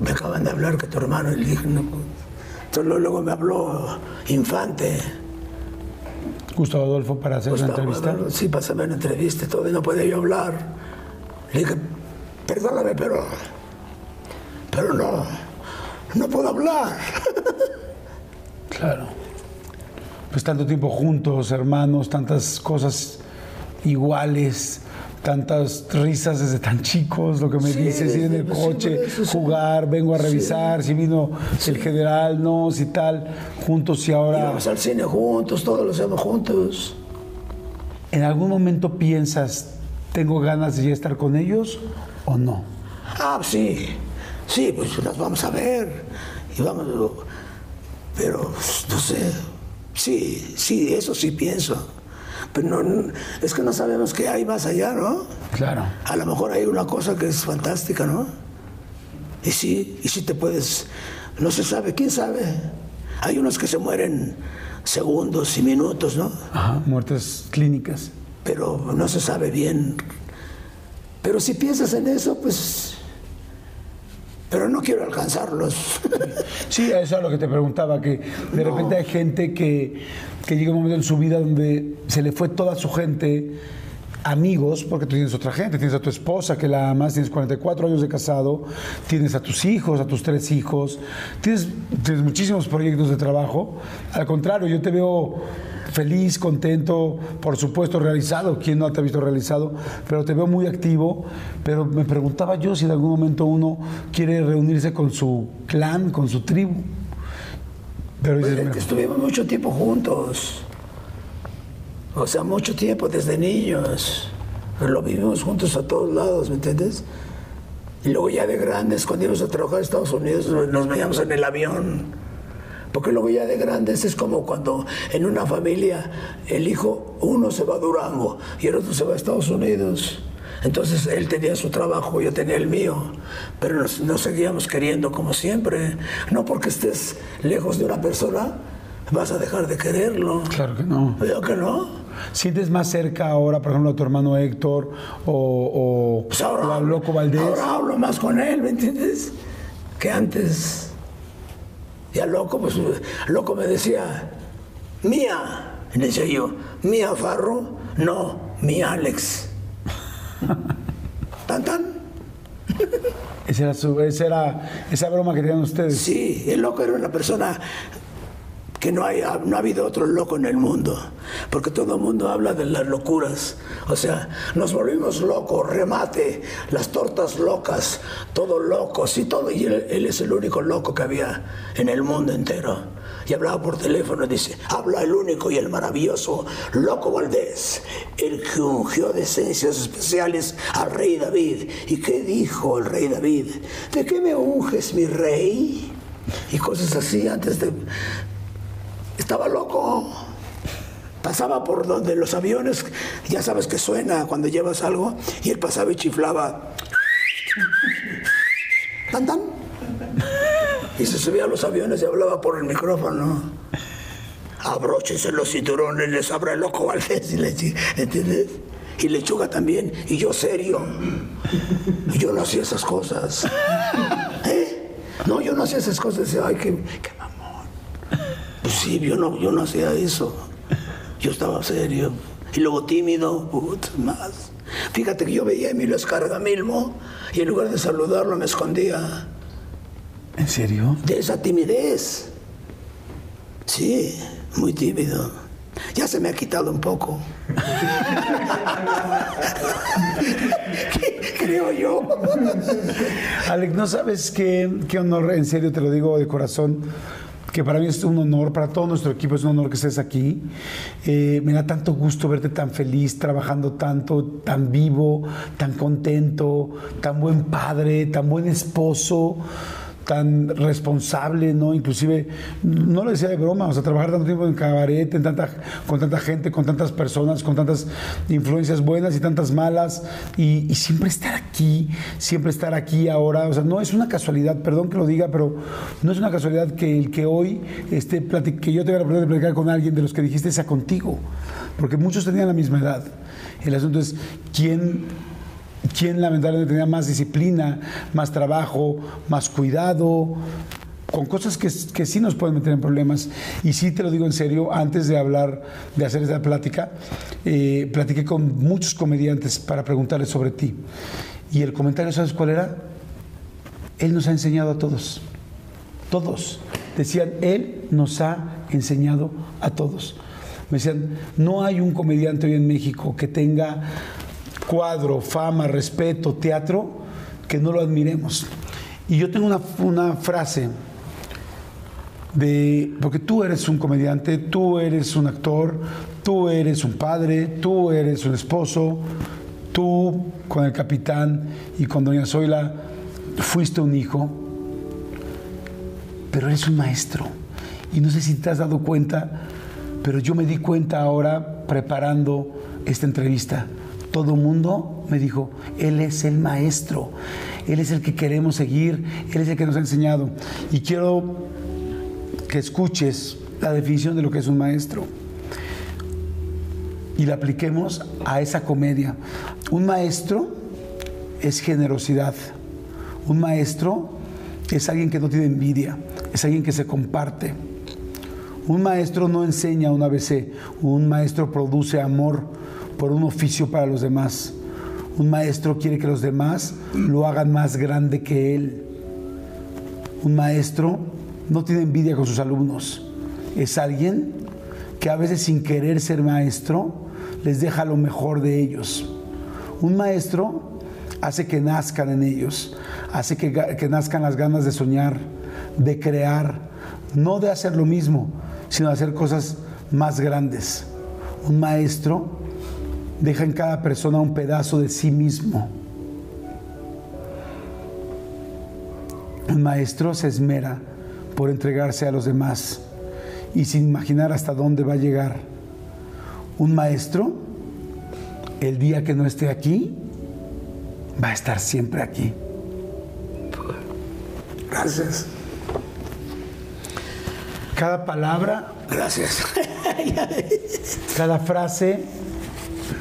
Speaker 2: me acaban de hablar que tu hermano, y le dije, "No". Entonces, luego- luego me habló Infante.
Speaker 1: Gustavo Adolfo para hacer la
Speaker 2: Gustavo,
Speaker 1: entrevista.
Speaker 2: ¿no? Sí, pásame una entrevista y todo, y no podía yo hablar. Le dije, perdóname, pero. Pero no. No puedo hablar.
Speaker 1: Claro. Pues tanto tiempo juntos, hermanos, tantas cosas iguales, tantas risas desde tan chicos, lo que me
Speaker 2: Sí,
Speaker 1: dices, ir en
Speaker 2: desde-
Speaker 1: el
Speaker 2: sí, por
Speaker 1: coche,
Speaker 2: eso, sí.
Speaker 1: jugar, vengo a
Speaker 2: Sí.
Speaker 1: revisar, si vino el general, no, si tal, juntos y ahora...
Speaker 2: Íbamos al cine juntos, todos lo hacemos juntos.
Speaker 1: ¿En algún momento piensas, tengo ganas de ya estar con ellos o no?
Speaker 2: Ah, sí. Sí, pues las vamos a ver. Y vamos. Pero, pues, no sé. Sí, sí, eso sí pienso. Pero no- no- es que no sabemos qué hay más allá, ¿no?
Speaker 1: Claro.
Speaker 2: A lo mejor hay una cosa que es fantástica, ¿no? Y sí, y sí te puedes. No se sabe, quién sabe. Hay unos que se mueren segundos y minutos, ¿no?
Speaker 1: Ajá, muertes clínicas.
Speaker 2: Pero no se sabe bien. Pero si piensas en eso, pues. Pero no quiero alcanzarlos.
Speaker 1: Sí, eso es lo que te preguntaba, que de repente hay gente que, que llega un momento en su vida donde se le fue toda su gente, amigos, porque tú tienes otra gente, tienes a tu esposa que la amas, tienes 44 años de casado, tienes a tus hijos, a tus tres hijos, tienes, tienes muchísimos proyectos de trabajo. Al contrario, yo te veo feliz, contento, por supuesto realizado, ¿quién no te ha visto realizado? Pero te veo muy activo, pero me preguntaba yo si en algún momento uno quiere reunirse con su clan, con su tribu. Pero dices,
Speaker 2: Pues,
Speaker 1: mira,
Speaker 2: Estuvimos mucho tiempo juntos. O sea, mucho tiempo, desde niños. Lo vivimos juntos a todos lados, ¿me entiendes? Y luego ya de grandes, cuando íbamos a trabajar a Estados Unidos, nos nos veíamos en el avión. Porque luego ya de grandes es como cuando en una familia el hijo, uno se va a Durango y el otro se va a Estados Unidos. Entonces él tenía su trabajo, yo tenía el mío, pero nos, nos seguíamos queriendo como siempre. No porque estés lejos de una persona vas a dejar de quererlo.
Speaker 1: claro que no.
Speaker 2: Yo que no.
Speaker 1: ¿Sientes más cerca ahora, por ejemplo, a tu hermano Héctor o, o,
Speaker 2: Pues ahora,
Speaker 1: o a Loco Valdés?
Speaker 2: Ahora hablo más con él, ¿me entiendes? Que antes. Ya loco, pues loco me decía, mía. Y le decía yo, mía Farro, no, mía Alex. ¿Tan tan?
Speaker 1: Esa era, su- esa era esa broma que tenían ustedes.
Speaker 2: Sí, el loco era una persona que no, hay, no ha habido otro loco en el mundo, porque todo el mundo habla de las locuras. O sea, nos volvimos locos, remate, las tortas locas, todos locos y todo. Y él, él es el único loco que había en el mundo entero. Y hablaba por teléfono, dice, habla el único y el maravilloso Loco Valdés, el que ungió de esencias especiales al rey David. ¿Y qué dijo el rey David? ¿De qué me unges, mi rey? Y cosas así antes de, estaba loco. pasaba por donde los aviones, ya sabes que suena cuando llevas algo, y él pasaba y chiflaba. Tan tan. Y se subía a los aviones y hablaba por el micrófono. Abróchense los cinturones, les abra el ojo al y le ¿entiendes? Y lechuga también, y yo serio. Yo no hacía esas cosas. ¿Eh? No, yo no hacía esas cosas. Decía, ay, qué, qué mamón. Pues sí, yo no, yo no hacía eso. Yo estaba serio. Y luego tímido, putz, más. Fíjate que yo veía a Emilio Escarga Milmo y en lugar de saludarlo me escondía
Speaker 1: ¿En serio?
Speaker 2: de esa timidez. Sí, muy tímido. Ya se me ha quitado un poco. Creo yo.
Speaker 1: Alex, no sabes qué, qué honor, en serio te lo digo de corazón, que para mí es un honor, para todo nuestro equipo es un honor que estés aquí. Eh, me da tanto gusto verte tan feliz, trabajando tanto, tan vivo, tan contento, tan buen padre, tan buen esposo tan responsable, ¿no? Inclusive, no lo decía de broma, o sea, trabajar tanto tiempo en cabaret, en tanta, con tanta gente, con tantas personas, con tantas influencias buenas y tantas malas, y, y siempre estar aquí, siempre estar aquí ahora, o sea, no es una casualidad, perdón que lo diga, pero no es una casualidad que el que hoy, esté plati- que yo tenga la oportunidad de platicar con alguien de los que dijiste sea contigo, porque muchos tenían la misma edad. El asunto es quién quien lamentablemente tenía más disciplina, más trabajo, más cuidado, con cosas que, que sí nos pueden meter en problemas. Y sí te lo digo en serio, antes de hablar, de hacer esta plática, eh, platiqué con muchos comediantes para preguntarles sobre ti. Y el comentario, ¿sabes cuál era? Él nos ha enseñado a todos. Todos. Decían, Él nos ha enseñado a todos. Me decían, no hay un comediante hoy en México que tenga cuadro, fama, respeto, teatro, que no lo admiremos. Y yo tengo una, una frase de, porque tú eres un comediante, tú eres un actor, tú eres un padre, tú eres un esposo, tú con el capitán y con doña Zoila fuiste un hijo, pero eres un maestro. Y no sé si te has dado cuenta, pero yo me di cuenta ahora preparando esta entrevista. Todo el mundo me dijo, él es el maestro, él es el que queremos seguir, él es el que nos ha enseñado. Y quiero que escuches la definición de lo que es un maestro y la apliquemos a esa comedia. Un maestro es generosidad. Un maestro es alguien que no tiene envidia, es alguien que se comparte. Un maestro no enseña un ABC, un maestro produce amor por un oficio para los demás. Un maestro quiere que los demás lo hagan más grande que él. Un maestro no tiene envidia con sus alumnos. Es alguien que a veces sin querer ser maestro les deja lo mejor de ellos. Un maestro hace que nazcan en ellos, hace que, ga- que nazcan las ganas de soñar, de crear, no de hacer lo mismo, sino de hacer cosas más grandes. Un maestro deja en cada persona un pedazo de sí mismo. Un maestro se esmera por entregarse a los demás y sin imaginar hasta dónde va a llegar. Un maestro, el día que no esté aquí, va a estar siempre aquí.
Speaker 2: Gracias.
Speaker 1: Cada palabra,
Speaker 2: Gracias.
Speaker 1: cada frase,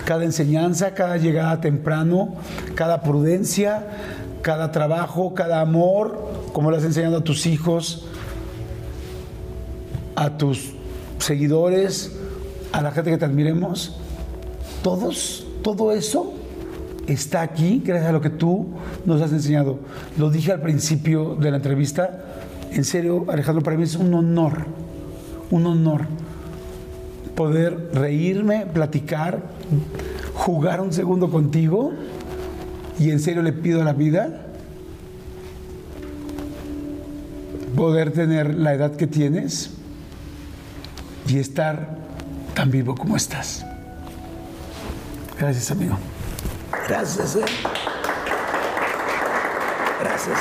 Speaker 1: cada enseñanza, cada llegada temprano, cada prudencia, cada trabajo, cada amor, como lo has enseñado a tus hijos, a tus seguidores, a la gente que te admiremos, todos, todo eso está aquí gracias a lo que tú nos has enseñado. Lo dije al principio de la entrevista, en serio, Alejandro, para mí es un honor, un honor poder reírme, platicar, jugar un segundo contigo y en serio le pido a la vida poder tener la edad que tienes y estar tan vivo como estás. Gracias, amigo.
Speaker 2: Gracias, eh. Gracias.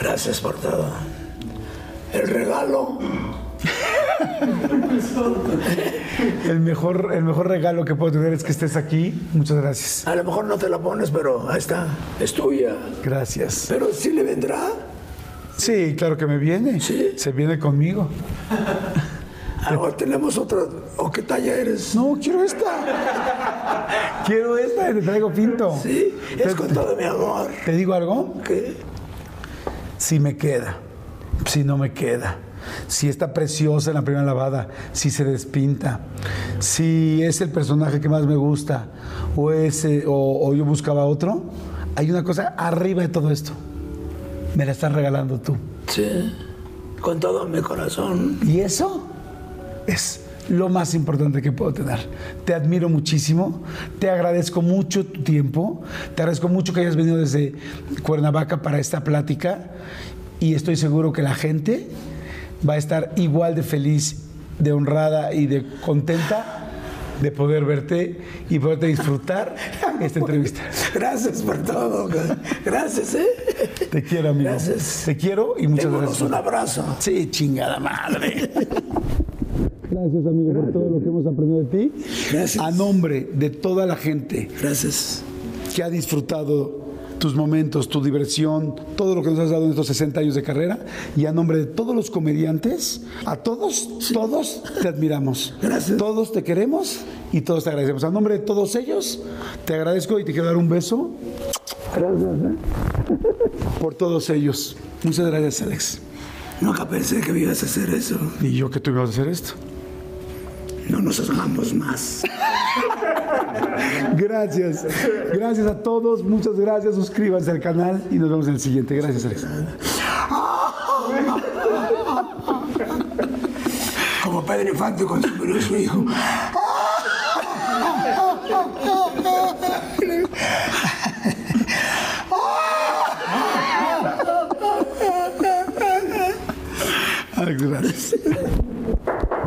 Speaker 2: Gracias por todo. El regalo
Speaker 1: El mejor, el mejor regalo que puedo tener es que estés aquí. Muchas gracias.
Speaker 2: A lo mejor no te la pones, pero ahí está. Es tuya.
Speaker 1: Gracias.
Speaker 2: Pero sí le vendrá.
Speaker 1: Sí, claro que me viene.
Speaker 2: Sí.
Speaker 1: Se viene conmigo. Ah.
Speaker 2: Ahora tenemos otra. ¿O qué talla eres?
Speaker 1: No, quiero esta. Quiero esta y te traigo pinto.
Speaker 2: Sí, es con todo mi amor.
Speaker 1: ¿Te digo algo?
Speaker 2: ¿Qué?
Speaker 1: si me queda, si no me queda, si está preciosa en la primera lavada, si se despinta, si es el personaje que más me gusta o, ese, o, o yo buscaba otro, hay una cosa arriba de todo esto. Me la estás regalando tú.
Speaker 2: Sí. Con todo mi corazón.
Speaker 1: Y eso es lo más importante que puedo tener. Te admiro muchísimo, te agradezco mucho tu tiempo, te agradezco mucho que hayas venido desde Cuernavaca para esta plática y estoy seguro que la gente va a estar igual de feliz, de honrada y de contenta de poder verte y poderte disfrutar esta entrevista.
Speaker 2: Gracias por todo. Gracias, ¿eh?
Speaker 1: Te quiero, amigo.
Speaker 2: Gracias.
Speaker 1: Te quiero y muchas
Speaker 2: Démonos
Speaker 1: gracias.
Speaker 2: un abrazo.
Speaker 1: Sí, chingada madre. Gracias, amigo, por todo lo que hemos aprendido de ti.
Speaker 2: Gracias.
Speaker 1: A nombre de toda la gente
Speaker 2: Gracias.
Speaker 1: que ha disfrutado tus momentos, tu diversión, todo lo que nos has dado en estos 60 años de carrera, y a nombre de todos los comediantes, a todos, todos te admiramos.
Speaker 2: Gracias.
Speaker 1: Todos te queremos y todos te agradecemos. A nombre de todos ellos, te agradezco y te quiero dar un beso
Speaker 2: Gracias, ¿eh?
Speaker 1: por todos ellos. Muchas gracias, Alex.
Speaker 2: Nunca pensé que me ibas a hacer eso.
Speaker 1: Y yo que tú ibas a hacer esto.
Speaker 2: No nos amamos más.
Speaker 1: Gracias. Gracias a todos. Muchas gracias. Suscríbanse al canal y nos vemos en el siguiente. Gracias, Alex.
Speaker 2: Como padre Infante cuando se murió su hijo.
Speaker 1: Alex, gracias.